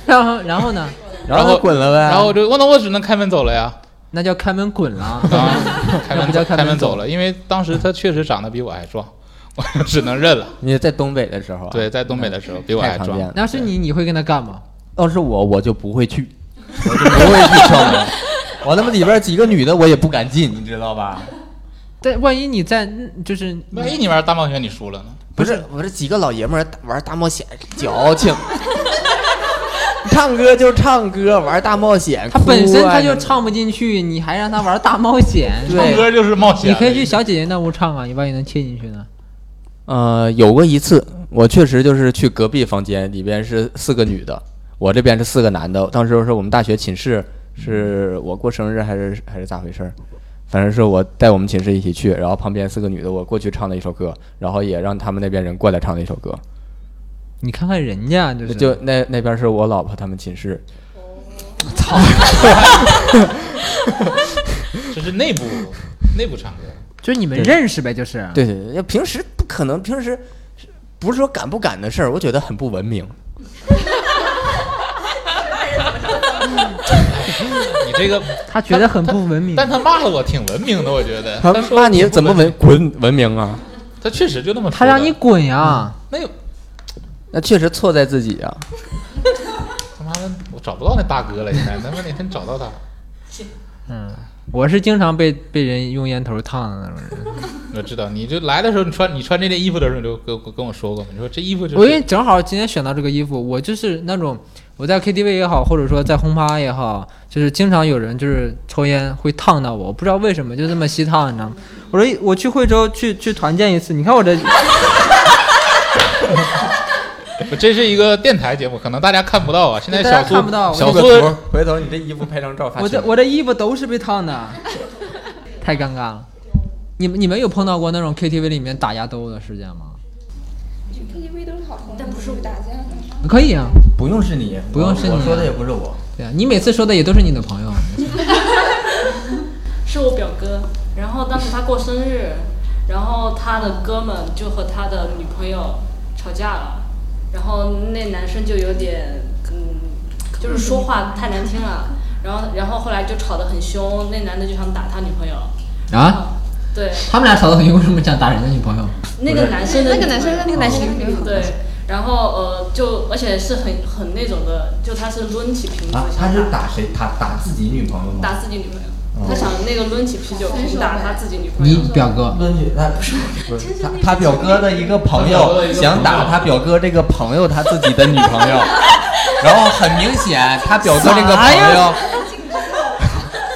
Speaker 1: 然后然后呢，
Speaker 2: 然
Speaker 3: 后
Speaker 2: 后滚了呗。
Speaker 1: 啊
Speaker 3: 然后我就，我那我只能开门走了呀，
Speaker 1: 那叫开门滚了。
Speaker 3: 啊，开门
Speaker 1: 那不叫
Speaker 3: 走，
Speaker 1: 开门
Speaker 3: 开门
Speaker 1: 走
Speaker 3: 走了，因为当时他确实长得比我还壮，我就只能认了。
Speaker 2: 你在东北的时候啊，
Speaker 3: 对，在东北的时候比我
Speaker 2: 太
Speaker 3: 还
Speaker 2: 常
Speaker 3: 壮
Speaker 2: 见，了。
Speaker 1: 那是你你会跟他干吗？
Speaker 2: 要是我，我就不会去， 我就不会去敲门。我他妈里边几个女的，我也不敢进，你知道吧？
Speaker 1: 但万一你在就是
Speaker 3: 万一你玩大冒险你输了呢？
Speaker 2: 不是，我这几个老爷们儿玩大冒险矫 情，唱歌就唱歌，玩大冒险。
Speaker 1: 他本身
Speaker 2: 哭啊
Speaker 1: 他就，唱不进去，你还让他玩大冒险，
Speaker 3: 唱
Speaker 2: 对，
Speaker 3: 歌就是冒险，
Speaker 1: 你可以去小姐姐那屋唱啊，你万一能切进去呢？
Speaker 2: 呃，有过一次，我确实就是去隔壁房间，里边是四个女的，我这边是四个男的。当时是我们大学寝室，是我过生日还是还是咋回事儿？反正是我带我们寝室一起去，然后旁边四个女的，我过去唱了一首歌，然后也让他们那边人过来唱了一首歌。
Speaker 1: 你看看人家就是
Speaker 2: 就那那边是我老婆他们寝室，
Speaker 3: 这是内部 内部唱歌。
Speaker 1: 就是你们认识呗，就是
Speaker 2: 对对对，要平时不可能，平时不是说敢不敢的事儿，我觉得很不文明。
Speaker 3: 你这个，
Speaker 1: 他觉得很不文明。
Speaker 3: 但他骂了我挺文明的，我觉得。
Speaker 2: 他
Speaker 3: 说
Speaker 2: 骂你
Speaker 3: 挺不
Speaker 2: 怎么文
Speaker 3: 明？
Speaker 2: 滚文明啊？
Speaker 3: 他确实就那么说的。
Speaker 1: 他让你滚呀！
Speaker 3: 那有
Speaker 2: 那确实错在自己啊。
Speaker 3: 他妈的，我找不到那大哥了，现在他妈哪天找到他，
Speaker 1: 嗯，我是经常被被人用烟头烫的那种人。
Speaker 3: 我知道，你就来的时候，你穿你穿这件衣服的时候，你就跟我跟我说过嘛，你说这衣服就
Speaker 1: 我因
Speaker 3: 是
Speaker 1: 为正好今天选到这个衣服，我就是那种我在 KTV 也好，或者说在轰趴也好，就是经常有人就是抽烟会烫到我，我不知道为什么就这么吸烫，你知道吗？我说我去惠州去去团建一次，你看我这。
Speaker 3: 这是一个电台节目，可能大家看不到啊。现在
Speaker 1: 对大
Speaker 3: 小
Speaker 1: 家
Speaker 3: 苏
Speaker 1: 看不到我
Speaker 3: 小苏
Speaker 2: 回头回头你这衣服拍张
Speaker 3: 啊
Speaker 2: 照发
Speaker 1: 我
Speaker 2: 群
Speaker 1: 这
Speaker 2: 里
Speaker 1: 我这衣服都是被烫的， 太尴尬了。你们你们有碰到过那种 KTV 里面打架斗殴的事件吗？
Speaker 8: 去 KTV 都是好朋友，但不
Speaker 4: 哦
Speaker 8: 是打架的。
Speaker 1: 可以啊，
Speaker 2: 不用是你，
Speaker 1: 不用是你
Speaker 2: 我说的也不是我。
Speaker 1: 对啊，你每次说的也都是你的朋友。啊
Speaker 9: 是我表哥，然后当时他过生日，然后他的哥们就和他的女朋友吵架了，然后那男生就有点嗯，就是说话太难听了，然后然后后来就吵得很凶，那男的就想打他女朋友，然后
Speaker 1: 啊，
Speaker 9: 对，
Speaker 1: 他们俩吵得很凶，为什么想打人家女朋友？
Speaker 9: 那个男生的
Speaker 8: 那个男生
Speaker 9: 女朋友
Speaker 8: 那个男生的女朋友
Speaker 9: 对，然后呃就而且是很很那种的，就他是抡起瓶子
Speaker 2: 啊，
Speaker 9: 想
Speaker 2: 他是打谁？打打自己女朋友吗？
Speaker 9: 打自己女朋友，他想那个抡起啤酒瓶打他自己女朋友。
Speaker 10: 你表哥
Speaker 2: 抡起他不是不是他他表哥的一个朋友想打他表哥这个朋友他自己的女朋 友，然后很明显他表哥这个朋友，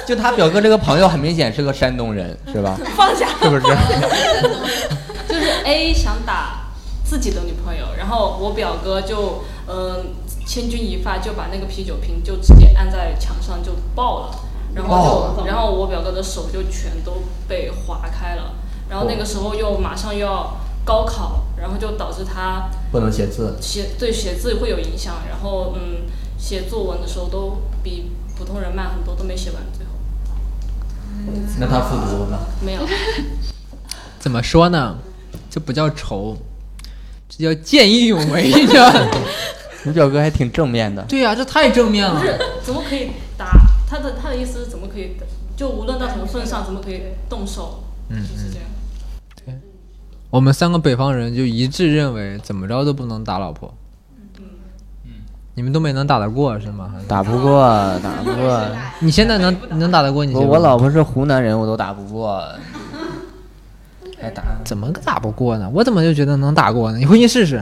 Speaker 2: 就他表哥这个朋友很明显是个山东人是吧？
Speaker 9: 放下。
Speaker 2: 是不是？
Speaker 9: 就是 A 想打自己的女朋友，然后我表哥就嗯、千钧一发，就把那个啤酒瓶就直接按在墙上就爆了，然后就然后我表哥的手就全都被划开了，然后那个时候又马上又要高考，然后就导致他
Speaker 2: 不能写字，
Speaker 9: 写对写字会有影响，然后嗯写作文的时候都比普通人慢很多，都没写完，最后
Speaker 2: 那他复读呢？
Speaker 9: 没有。
Speaker 1: 怎么说呢？这不叫仇，这叫见义勇为，你知道吗？
Speaker 2: 你表哥还挺正面的，
Speaker 1: 对呀、这太正面
Speaker 9: 不
Speaker 1: 了。
Speaker 9: 是，怎么可以打？他的他的意思是怎么可以，就无论到什么份上，怎么可以动手？嗯，就是这样。
Speaker 1: 我们三个北方人就一致认为，怎么着都不能打老婆。
Speaker 9: 嗯
Speaker 1: 你们东北能打得过是吗？
Speaker 2: 打不过，打不过。
Speaker 1: 你现在能能打得过你？
Speaker 2: 我我老婆是湖南人，我都打不过，还打
Speaker 1: 怎么个打不过呢？我怎么就觉得能打过呢？你回去试试。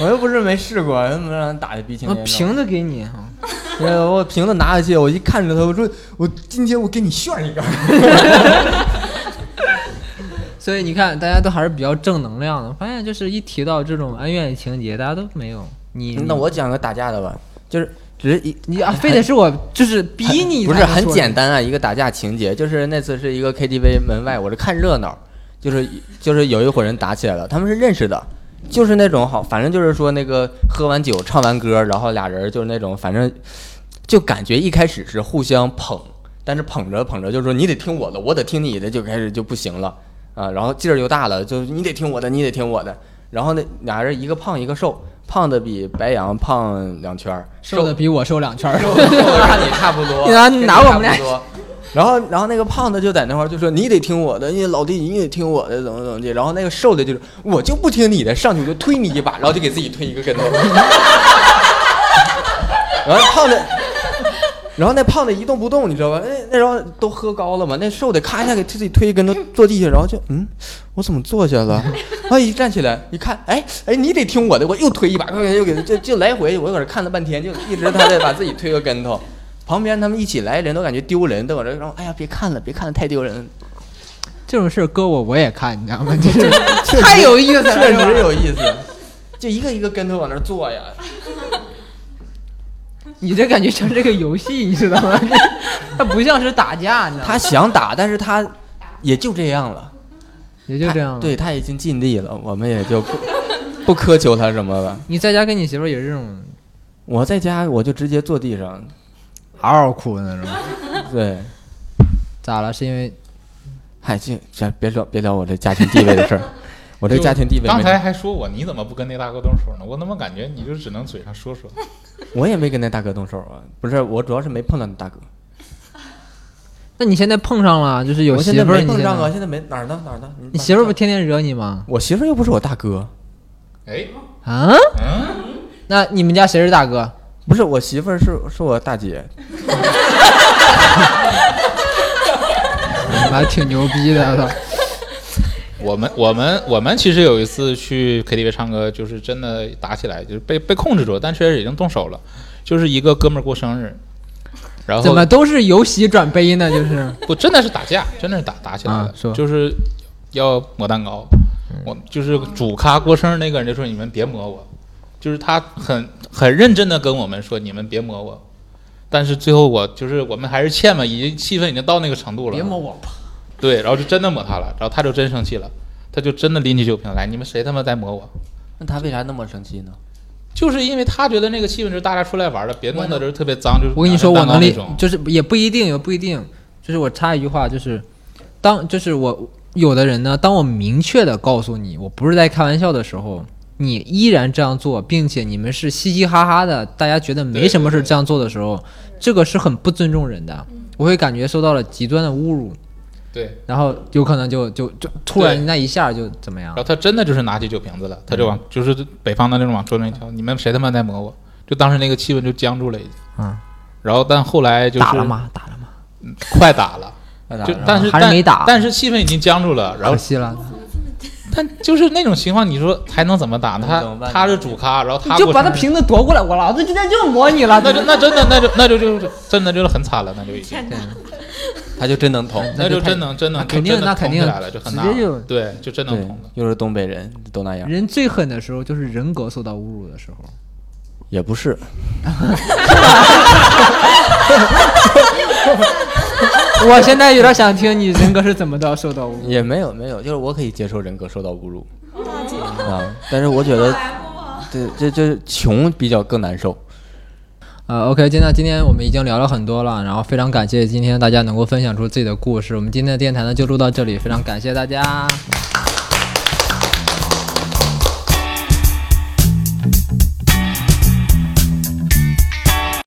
Speaker 2: 我又不是没试过，怎么让人打的鼻青
Speaker 1: 我
Speaker 2: 脸肿？
Speaker 1: 瓶子给你，
Speaker 2: 呃，我瓶子拿下去，我一看着他，我说我今天我给你炫一个。
Speaker 1: 所以你看，大家都还是比较正能量的。发现就是一提到这种恩怨情节，大家都没有你。
Speaker 2: 那我讲个打架的吧，就是只是一
Speaker 1: 你啊，非得是我就是逼你，
Speaker 2: 不是很简。单啊，一个打架情节，就是那次是一个 KTV 门外，我是看热闹，就是就是有一伙人打起来了，他们是认识的，就是那种好，反正就是说那个喝完酒唱完歌，然后俩人就是那种，反正就感觉一开始是互相捧，但是捧着捧着就说你得听我的，我得听你的，就开始就不行了啊，然后劲儿又大了，就你得听我的，你得听我的，然后那俩人一个胖一个瘦，胖的比白羊胖两圈儿，
Speaker 1: 瘦的比我瘦两圈儿，
Speaker 2: 瘦的让你差不多，
Speaker 1: 你拿拿我们俩
Speaker 2: 跟你差不多。 然后，然后那个胖的就在那块儿就说：“你得听我的，你老弟，你得听我的，怎么怎么地。”然后那个瘦的就是：“我就不听你的，上去我就推你一把，然后就给自己推一个跟头。” 然后胖的，然后那胖的一动不动，你知道吧？哎那那时候都喝高了嘛，那瘦的咔一下给自己推一跟头坐地下，然后就嗯，我怎么坐下了？啊，一站起来一看，哎哎，你得听我的，我又推一把，又给他就就来回，我搁这看了半天，就一直他在把自己推个跟头。旁边他们一起来人都感觉丢人，都搁这说：“哎呀，别看了，别看了，太丢人了。
Speaker 1: 这种事儿搁我我也看，你知 道吗？就是太有意思了，
Speaker 2: 确
Speaker 1: 是吧
Speaker 2: 实有意思，就一个一个跟头往那儿坐呀。
Speaker 1: 你这感觉像这个游戏，你知道 吗？它不像是打架，你知道吗？
Speaker 2: 他想打，但是他也就这样了，
Speaker 1: 也就这样了。
Speaker 2: 他对，他已经尽力了，我们也就不 不苛求他什么了。
Speaker 1: 你在家跟你媳妇儿也是这种
Speaker 2: 我在家我就直接坐地上，
Speaker 1: 嗷嗷哭的那种，
Speaker 2: 对，
Speaker 1: 咋了？是因为
Speaker 2: 嗨，这这别聊别聊我这家庭地位的 事儿，我这家庭地位没
Speaker 3: 刚才还说我你怎么不跟那大哥动手呢？我怎么感觉你就只能嘴上说说？
Speaker 2: 我也没跟那大哥动手啊，不是，我主要是没碰到那大哥。
Speaker 1: 那你现在碰上了，就是有
Speaker 2: 我现
Speaker 1: 媳
Speaker 2: 在
Speaker 1: 妇儿，
Speaker 2: 没
Speaker 1: 你
Speaker 2: 碰
Speaker 1: 现
Speaker 2: 上啊，
Speaker 1: 在
Speaker 2: 现在没哪儿呢哪儿呢？
Speaker 1: 你媳妇儿不天天惹你吗？
Speaker 2: 我媳妇儿又不是我大哥，
Speaker 3: 哎，
Speaker 1: 啊？
Speaker 2: 嗯
Speaker 1: 那你们家谁是大 哥？
Speaker 2: 不是我媳妇儿是是我大姐，
Speaker 1: 还挺牛逼的，我操！
Speaker 3: 我们我们我们其实有一次去 KTV 唱歌，就是真的打起来，就是被被控制住，但确实已经动手了。就是一个哥们儿过生日，然后
Speaker 1: 怎么都是由喜转悲呢？ 就是
Speaker 3: 不真的是打架，真的是打打起来了，
Speaker 1: 啊是吧嗯
Speaker 3: 就是要抹蛋糕。我就是主咖过生日那个人就说你们别抹我，就是他很很认真的跟我们说你们别抹我，但是最后我就是我们还是欠嘛，已经气氛已经到那个程度了，
Speaker 1: 别摸我吧。
Speaker 3: 对，然后就真的抹他了，然后他就真生气了，他就真的拎起酒瓶来，你们谁他妈在抹我？
Speaker 2: 那她为啥那么生气呢？
Speaker 3: 就是因为他觉得那个气氛就是大家出来玩的，别弄得就是特别脏，就是
Speaker 1: 我跟你说，
Speaker 3: 拿
Speaker 1: 我
Speaker 3: 着
Speaker 1: 能
Speaker 3: 蛋糕那
Speaker 1: 理
Speaker 3: 种，
Speaker 1: 就是也不一定，也不一定。就是我插一句话，就是当就是我有的人呢，当我明确的告诉你我不是在开玩笑的时候，你依然这样做，并且你们是嘻嘻哈哈的，大家觉得没什么事这样做的时候，这个是很不尊重人的。我会感觉受到了极端的侮辱，
Speaker 3: 对，
Speaker 1: 然后有可能就就就突
Speaker 3: 对
Speaker 1: 然那一下就怎么样
Speaker 3: 然后？他真的就是拿起酒瓶子了，
Speaker 1: 嗯
Speaker 3: 他就往就是北方的那种往桌上一敲，你们谁他妈在抹我？就当时那个气氛就僵住了，已经。
Speaker 1: 嗯，
Speaker 3: 然后但后来就是
Speaker 1: 打了吗？打了吗？
Speaker 3: 快打了，
Speaker 2: 那咋
Speaker 3: 就
Speaker 2: 着啊
Speaker 3: 但是
Speaker 1: 还是
Speaker 3: 但
Speaker 1: 没打
Speaker 3: 但是气氛已经僵住了，然
Speaker 1: 可
Speaker 3: 后
Speaker 1: 惜了，
Speaker 3: 但就是那种情况，你说还能怎么打呢？
Speaker 2: 怎么
Speaker 3: 他
Speaker 2: 办
Speaker 3: 他是主咖，然后
Speaker 1: 你
Speaker 3: 他
Speaker 1: 就把
Speaker 3: 他
Speaker 1: 他瓶子夺过来，我老子今天就磨你了。
Speaker 3: 那就那真的那就那就就真的就是很惨了，那就已经，
Speaker 2: 他就真能捅。
Speaker 3: 那
Speaker 1: 就
Speaker 3: 就
Speaker 1: 太
Speaker 3: 真能真能
Speaker 1: 那肯定
Speaker 3: 就真的
Speaker 1: 那肯定
Speaker 3: 捅起来了，就很
Speaker 1: 直
Speaker 3: 难
Speaker 1: 接就
Speaker 3: 对，就真能
Speaker 2: 对
Speaker 3: 捅的，，
Speaker 2: 又是东北人，都那样。
Speaker 1: 人最狠的时候就是人格受到侮辱的时候。
Speaker 2: 也不是，
Speaker 1: 我现在有点想听你人格是怎么到受到侮辱。
Speaker 2: 也没有没有，就是我可以接受人格受到侮辱啊，但是我觉得，对，这这穷比较更难受。
Speaker 1: 呃，OK，今天今天我们已经聊了很多了，然后非常感谢今天大家能够分享出自己的故事。我们今天的电台呢就录到这里，非常感谢大家。